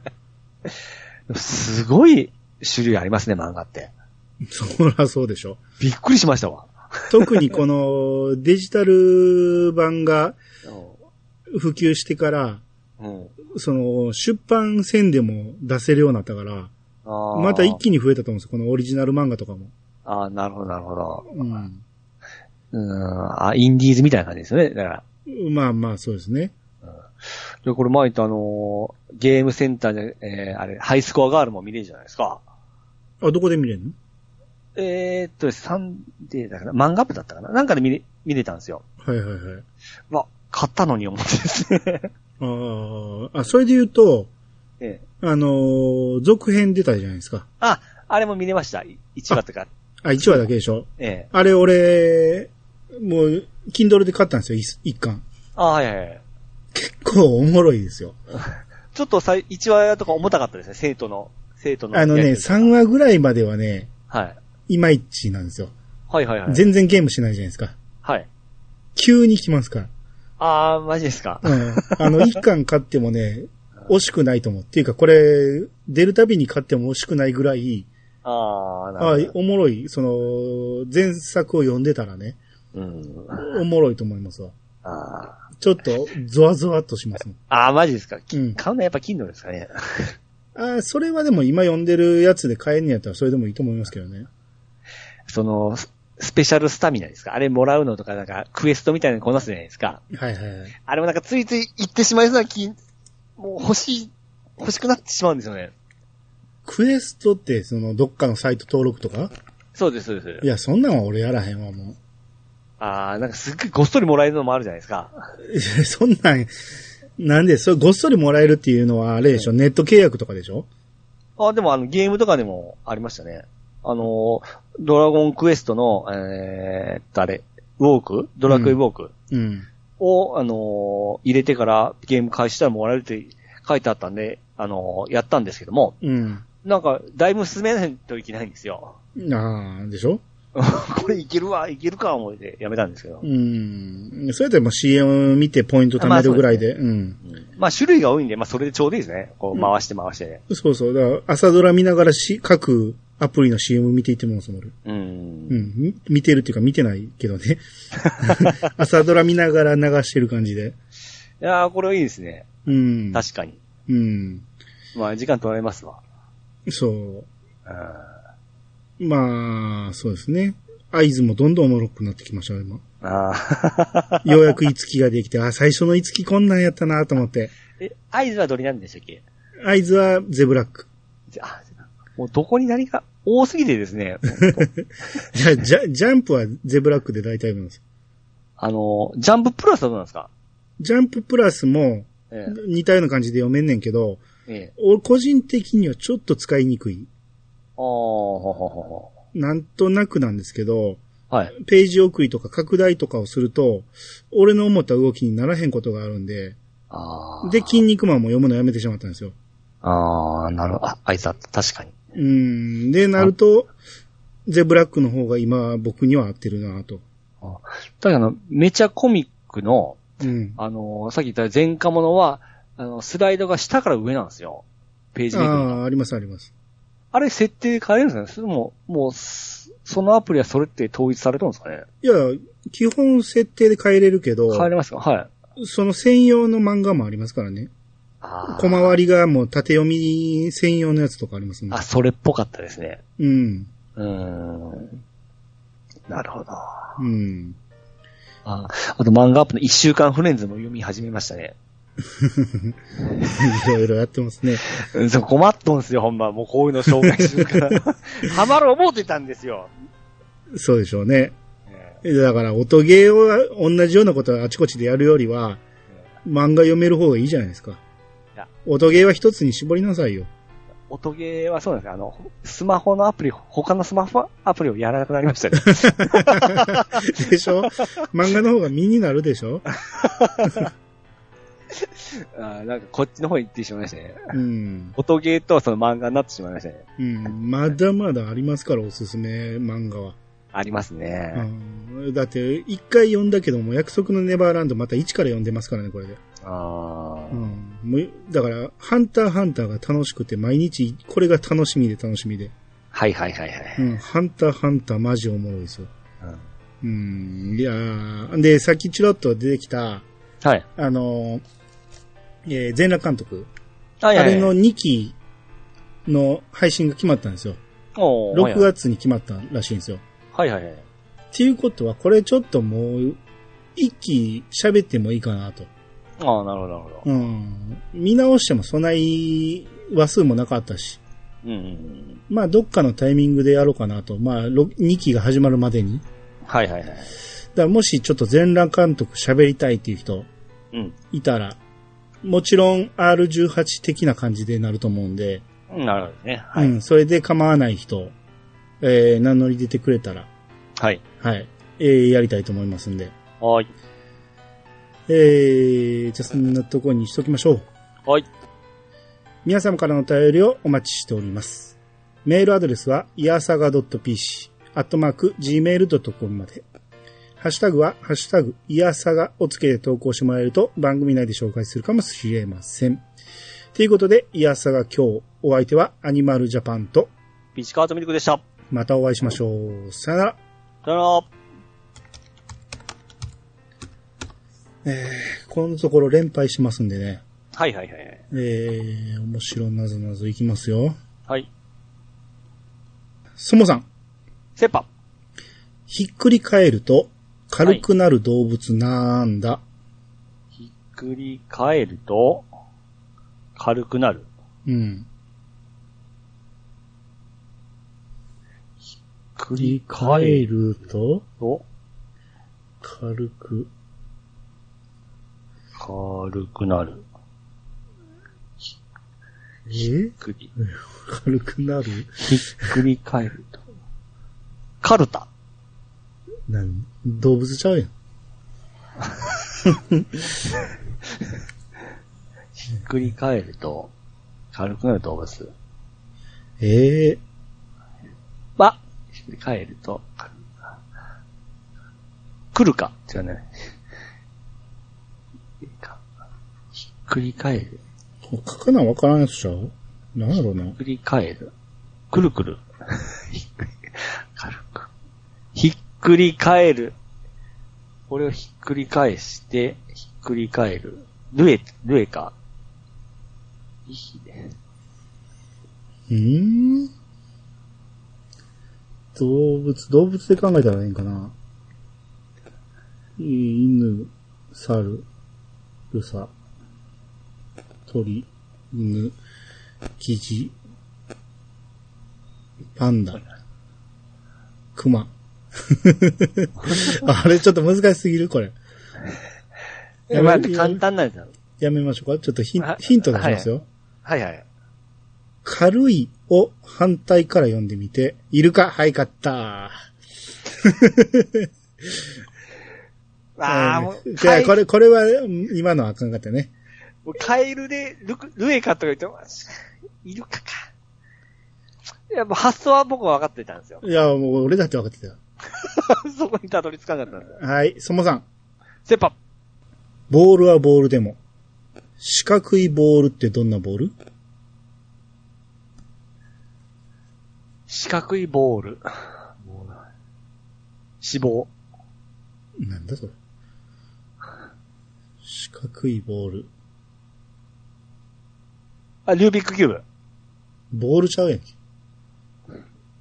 Speaker 1: すごい種類ありますね、漫画って。
Speaker 2: そらそうでしょ。
Speaker 1: びっくりしましたわ。
Speaker 2: 特にこのデジタル版が普及してから、
Speaker 1: うん。
Speaker 2: その出版線でも出せるようになったから、
Speaker 1: あー
Speaker 2: また一気に増えたと思うんですよ。このオリジナル漫画とかも。
Speaker 1: ああ、なるほど、なるほど。
Speaker 2: うん。
Speaker 1: うん。あ、インディーズみたいな感じですよね。だから。
Speaker 2: まあまあ、そうですね。
Speaker 1: で、これ前言ったあのーゲームセンターで、えー、あれ、ハイスコアガールも見れるじゃないですか。
Speaker 2: あ、どこで見れるの
Speaker 1: えー、っと、サンデーだから、漫画部だったかななんかで見れ、見れたんですよ。
Speaker 2: はいはいはい。
Speaker 1: わ、買ったのに思ってですね。
Speaker 2: あーあ、それで言うと、
Speaker 1: ええ
Speaker 2: あのー続編出たじゃないですか。
Speaker 1: あ、あれも見れました。1話とか。
Speaker 2: あ、1話だけでしょ
Speaker 1: ええ
Speaker 2: あれ俺、もう、Kindle で買ったんですよ、一一巻。
Speaker 1: あ、はいはいはい。
Speaker 2: 結構おもろいですよ。
Speaker 1: ちょっとさい、1話とか重たかったですね。生徒の、生徒の。
Speaker 2: あのね、3話ぐらいまではね、
Speaker 1: はい。
Speaker 2: いまいちなんですよ。
Speaker 1: はいはいはい。
Speaker 2: 全然ゲームしないじゃないですか。
Speaker 1: はい。
Speaker 2: 急に来ますから。
Speaker 1: あー、マジですか。
Speaker 2: うん。あの、1巻買ってもね、惜しくないと思う。っていうか、これ、出るたびに買っても惜しくないぐらい、
Speaker 1: ああ、な
Speaker 2: あ
Speaker 1: るほ
Speaker 2: おもろい、その、前作を読んでたらね、
Speaker 1: ど。うん。
Speaker 2: おもろいと思いますわ。
Speaker 1: ああ。
Speaker 2: ちょっと、ゾワゾワっとしますもん。
Speaker 1: ああ、マジですか。
Speaker 2: うん
Speaker 1: 買うのはやっぱ Kindle ですかね。
Speaker 2: あーそれはでも今読んでるやつで買えんのやったらそれでもいいと思いますけどね。
Speaker 1: その、ススペシャルスタミナですか。あれもらうのとか、なんか、クエストみたいなのこなすじゃないですか。
Speaker 2: はいはいはい。
Speaker 1: あれもなんかついつい行ってしまいそうな気、もう欲しい、欲しくなってしまうんですよね。
Speaker 2: クエストって、その、どっかのサイト登録とか
Speaker 1: そうです、そうです
Speaker 2: い。や、そんなんは俺やらへんわ、もう。
Speaker 1: ああ、なんかすっごいごっそりもらえるのもあるじゃないですか。
Speaker 2: いや そんなん、なんで、それごっそりもらえるっていうのはあれでしょ、ネット契約とかでしょ
Speaker 1: あ、でもあの、ゲームとかでもありましたね。あのー、ドラゴンクエストの、えー、っと、あれ、ウォークドラクエウォーク
Speaker 2: うん。
Speaker 1: を、あのー、入れてからゲーム開始したらもらえるって書いてあったんで、あのー、やったんですけども、
Speaker 2: うん。
Speaker 1: なんか、だいぶ進めないといけないんですよ。
Speaker 2: ああ、でしょ
Speaker 1: これいけるわ、いけるか、思ってやめたんですけど。
Speaker 2: うん。それでも CM 見てポイント貯めるぐらいで、うん。
Speaker 1: まあ、種類が多いんで、まあ、それでちょうどいいですね。こう、回して回してね。
Speaker 2: そうそう。だから、朝ドラ見ながらし、各アプリの CM 見ていってもその、
Speaker 1: う。
Speaker 2: うんん。み見てるっていうか見てないけ どね。朝ドラ見ながら流してる感じで。
Speaker 1: いやーこれいいですね。
Speaker 2: うん。
Speaker 1: 確かに。
Speaker 2: うん。
Speaker 1: まあ、時間取られますわ。
Speaker 2: そ
Speaker 1: あ
Speaker 2: う。まあ、そうですね。合図もどんどんおもろくなってきました、今。
Speaker 1: あー。
Speaker 2: ようやくいつきができて、あ、最初のいつきこんなんやったなと思って。
Speaker 1: え、合図はどれなんでしたっけ
Speaker 2: 合図はゼブラック。
Speaker 1: じゃあ、もうどこに何か多すぎてです ね。
Speaker 2: じゃ、じゃ、ジャンプはゼブラックで大体分です。
Speaker 1: あの、ジャンププラスはどうなんですか
Speaker 2: ジャンププラスも
Speaker 1: え
Speaker 2: 似たような感じで読めんねんけど、
Speaker 1: え。ええ。
Speaker 2: 俺個人的にはちょっと使いにくい。
Speaker 1: ああ、ほほほほ。
Speaker 2: なんとなくなんですけど、
Speaker 1: はい。
Speaker 2: ページ送りとか拡大とかをすると、俺の思った動きにならへんことがあるんで、
Speaker 1: ああ。
Speaker 2: で、筋肉マンも読むのやめてしまったんですよ。
Speaker 1: ああ、なるほど。あ、合図あった。確かに。
Speaker 2: うん。で、なると、ゼブラックの方が今僕には合ってるなと。
Speaker 1: ただあの、めちゃコミックの、
Speaker 2: うん。
Speaker 1: あのーさっき言った前科者は、あの、スライドが下から上なんですよ。ページ
Speaker 2: あ
Speaker 1: めくりが。
Speaker 2: あ、ありますあります。
Speaker 1: あれ設定変えるんですかねそれとも、もう、すそのアプリはそれって統一されてるんですかね
Speaker 2: いや、基本設定で変えれるけど、
Speaker 1: 変えれますかはい。
Speaker 2: その専用の漫画もありますからね。
Speaker 1: あ
Speaker 2: 小回りがもう縦読み専用のやつとかありますね
Speaker 1: あ、。それっぽかったですね。
Speaker 2: うん。
Speaker 1: うーん。なるほど。あ
Speaker 2: うん。
Speaker 1: あと漫画アップの一週間フレンズも読み始めましたね。
Speaker 2: いろいろやってますね。
Speaker 1: うん、そう困っとんすよ、ほんま。もうこういうの紹介するから。 ハマる思ってたんですよ。
Speaker 2: そうでしょうね。
Speaker 1: え
Speaker 2: だから、音ゲーを同じようなことをあちこちでやるよりは、漫画読める方がいいじゃないですか
Speaker 1: いや。
Speaker 2: 音ゲーは一つに絞りなさ いよ。
Speaker 1: え音ゲーはそうなんですよあの、スマホのアプリ、他のスマホアプリをやらなくなりましたね。
Speaker 2: でしょ漫画の方が身になるでしょ
Speaker 1: あーなんかこっちの方に行ってしまいましたね。
Speaker 2: うん。
Speaker 1: 音ゲーとその漫画になってしまいましたね。
Speaker 2: うん。まだまだありますから、おすすめ漫画は。
Speaker 1: ありますね。
Speaker 2: うんだって、一回読んだけども、約束のネバーランドまた一から読んでますからね、これで。
Speaker 1: あ
Speaker 2: う
Speaker 1: ー
Speaker 2: ん。もうだから、ハンターハンターが楽しくて、毎日、これが楽しみで楽しみで。
Speaker 1: はいはいはいは
Speaker 2: う
Speaker 1: い。
Speaker 2: ん。ハンターハンターマジおもろいですよ。
Speaker 1: うん
Speaker 2: うん。いやーで、さっきチロッと出てきた、
Speaker 1: はい。
Speaker 2: あのーえー全裸監督。
Speaker 1: あ
Speaker 2: あれの2期の配信が決まったんですよ。6
Speaker 1: 6。
Speaker 2: 月に決まったらしいんですよ。
Speaker 1: はいはいはい。
Speaker 2: っていうことは、これちょっともう、一期喋ってもいいかなと。
Speaker 1: ああ、なるほどなるほど。
Speaker 2: うん。見直してもそんない話数もなかったし。
Speaker 1: うんうんうん。
Speaker 2: まあ、どっかのタイミングでやろうかなと。まあ、2期が始まるまでに。
Speaker 1: はいはいはい。
Speaker 2: だからもしちょっと全裸監督喋りたいっていう人
Speaker 1: うん。
Speaker 2: いたら、もちろん R18 的な感じでなると思うんで、
Speaker 1: なるほどね。は
Speaker 2: う
Speaker 1: い。
Speaker 2: ん、それで構わない人、えー、名乗り出てくれたら、
Speaker 1: はい。
Speaker 2: はい、えー、やりたいと思いますんで。
Speaker 1: はい。
Speaker 2: えー、じゃあそんなとこにしときましょう。
Speaker 1: はい。
Speaker 2: 皆様からのお便りをお待ちしております。メールアドレスは、いやさが .pc、アットマーク、gmail.com まで。ハッシュタグは、ハッシュタグ、いやさがをつけて投稿してもらえると番組内で紹介するかもしれません。ということで、いやさが今日、お相手はアニマルジャパンと、
Speaker 1: ピチカートミルクでした。
Speaker 2: またお会いしましょう。さよなら。
Speaker 1: さよなら。
Speaker 2: このところ連敗してますんでね。
Speaker 1: はいはいはいはい。
Speaker 2: えー、面白なぞなぞいきますよ。
Speaker 1: はい。
Speaker 2: そもさん、
Speaker 1: セッパ。
Speaker 2: ひっくり返ると、軽くなる動物なんだ。
Speaker 1: ひっくり返ると、軽くなる。
Speaker 2: うん。
Speaker 1: 繰
Speaker 2: ひっくり返ると、
Speaker 1: と、
Speaker 2: 軽く、
Speaker 1: 軽くなる。
Speaker 2: えー
Speaker 1: ひっくり、
Speaker 2: 軽くなる
Speaker 1: ひっくり返ると。カルタ。
Speaker 2: 何動物ちゃうやん。
Speaker 1: ひっくり返ると、軽くなる動物。
Speaker 2: ええ
Speaker 1: ば、ひっくり返ると、軽くなる来るか。違うね。ひっくりかひっくり返る。
Speaker 2: 書かなわからんやつちゃうなんやろうな
Speaker 1: ひっ。くり返る。くるくる。ひっくり、軽く。ひっくり返る。これをひっくり返して、ひっくり返る。ルエ、ルエか。いいね
Speaker 2: うーん。動物、動物で考えたらいいんかな。いい犬、猿、ルサ、鳥、犬、キジ、パンダ、クマ。 あれ、ちょっと難しすぎるこれ。やめ
Speaker 1: まあ、簡単なんだよ。
Speaker 2: やめましょうか。ちょっとヒン
Speaker 1: あ
Speaker 2: ヒント出しますよ。
Speaker 1: はいはい。
Speaker 2: 軽いを反対から読んでみて、イルカ、はい、勝った。
Speaker 1: ああ、
Speaker 2: うん
Speaker 1: もう、
Speaker 2: じゃあ、
Speaker 1: カエ
Speaker 2: これ、これは、うん今のはあかんかったね。。
Speaker 1: もうカエルで、ルク、ルエかと言っても、イルカか。いや、もう発想は僕は分かってたんですよ
Speaker 2: いや、もう俺だって分かってたよ。
Speaker 1: そこにたどり着かなかったんだ。
Speaker 2: はい、そもさん。
Speaker 1: セパ、
Speaker 2: ボールはボールでも。四角いボールってどんなボール
Speaker 1: 四角いボール。死亡。
Speaker 2: なんだそれ。四角いボール。
Speaker 1: あ、ルービックキューブ。
Speaker 2: ボールちゃうやんけ。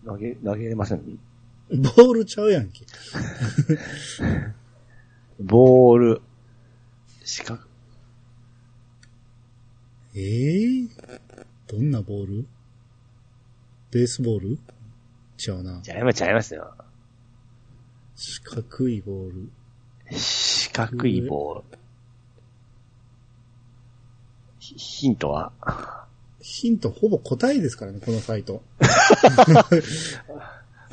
Speaker 1: 投げ、投げれません。
Speaker 2: ボールちゃうやんけ。
Speaker 1: ボール。四角。
Speaker 2: ええどんなボールベースボール違うな。
Speaker 1: じゃあ、やめちゃいますよ。
Speaker 2: 四角いボール。
Speaker 1: 四角いボール。ひヒントは
Speaker 2: ヒントほぼ答えですからね、このサイト。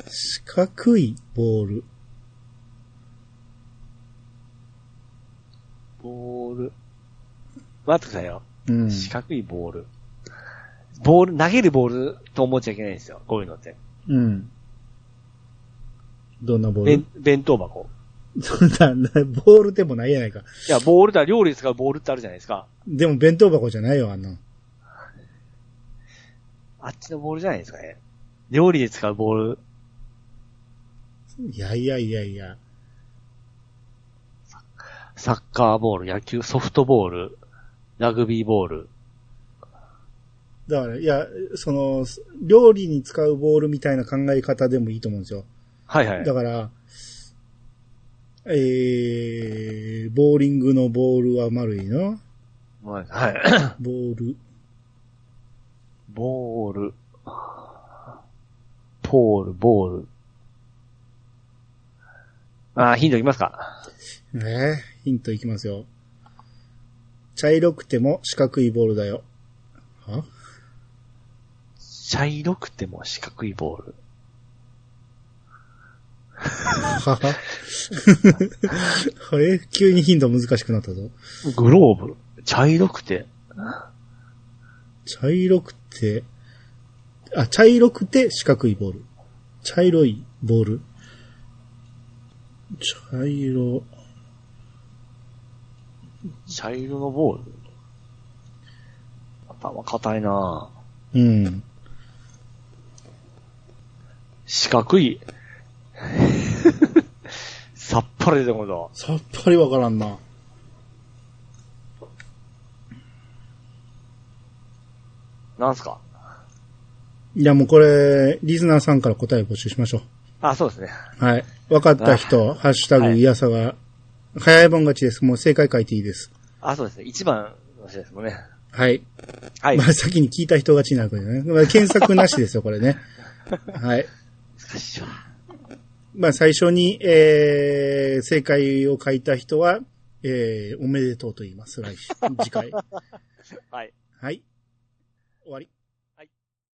Speaker 2: 四角いボール。
Speaker 1: ボール。待ってくださいよ。
Speaker 2: うん。
Speaker 1: 四角いボール。ボール、投げるボールと思っちゃいけないんですよ。こういうのって。
Speaker 2: うん。どんなボー
Speaker 1: べ
Speaker 2: ル
Speaker 1: ん弁当箱。
Speaker 2: そん ななボールでもないやないか。
Speaker 1: いや、ボールだ、料理に使うボールってあるじゃないですか。
Speaker 2: でも弁当箱じゃないよ、あんな。
Speaker 1: あっちのボールじゃないですかね。料理で使うボール、
Speaker 2: いやいやいやいや。
Speaker 1: サッカーボール、野球、ソフトボール、ラグビーボール。
Speaker 2: だから、いや、その、料理に使うボールみたいな考え方でもいいと思うんですよ。
Speaker 1: はいはい。
Speaker 2: だから、えー、ボーリングのボールは丸いな。
Speaker 1: はい。
Speaker 2: ボール、
Speaker 1: ボール。ポール、ボール。あー、ヒントいきますか。
Speaker 2: えー、ヒントいきますよ。茶色くても四角いボールだよ。は
Speaker 1: 茶色くても四角いボール。
Speaker 2: は はえ急にヒント難しくなったぞ。
Speaker 1: グローブ。茶色くて。
Speaker 2: 茶色くて、あ、茶色くて四角いボール。茶色いボール。茶色、
Speaker 1: 茶色のボール。パンは硬いなぁ
Speaker 2: うん。
Speaker 1: 四角い。 さっぱり出てこんぞ。
Speaker 2: さっぱりわからんな。
Speaker 1: なんすか
Speaker 2: いや、もうこれ、リスナーさんから答え募集しましょ
Speaker 1: あ、そうですね。
Speaker 2: う。はい。わかった人、ハッシュタ
Speaker 1: は
Speaker 2: グ、
Speaker 1: い
Speaker 2: いやさが、早いもん勝ちです。もう正解書いていいです。
Speaker 1: あ、そうですね。一番の人ですもんね。
Speaker 2: はい。
Speaker 1: はい。
Speaker 2: ま
Speaker 1: 難
Speaker 2: あ、先に聞いた人勝ちになるからね。まあ、検索なしですよ、こ れね。はい。
Speaker 1: しいわ。
Speaker 2: まあ、最初に、えー、正解を書いた人は、えー、おめでとうと言います。来週、次回。
Speaker 1: はい。
Speaker 2: はい。終わり。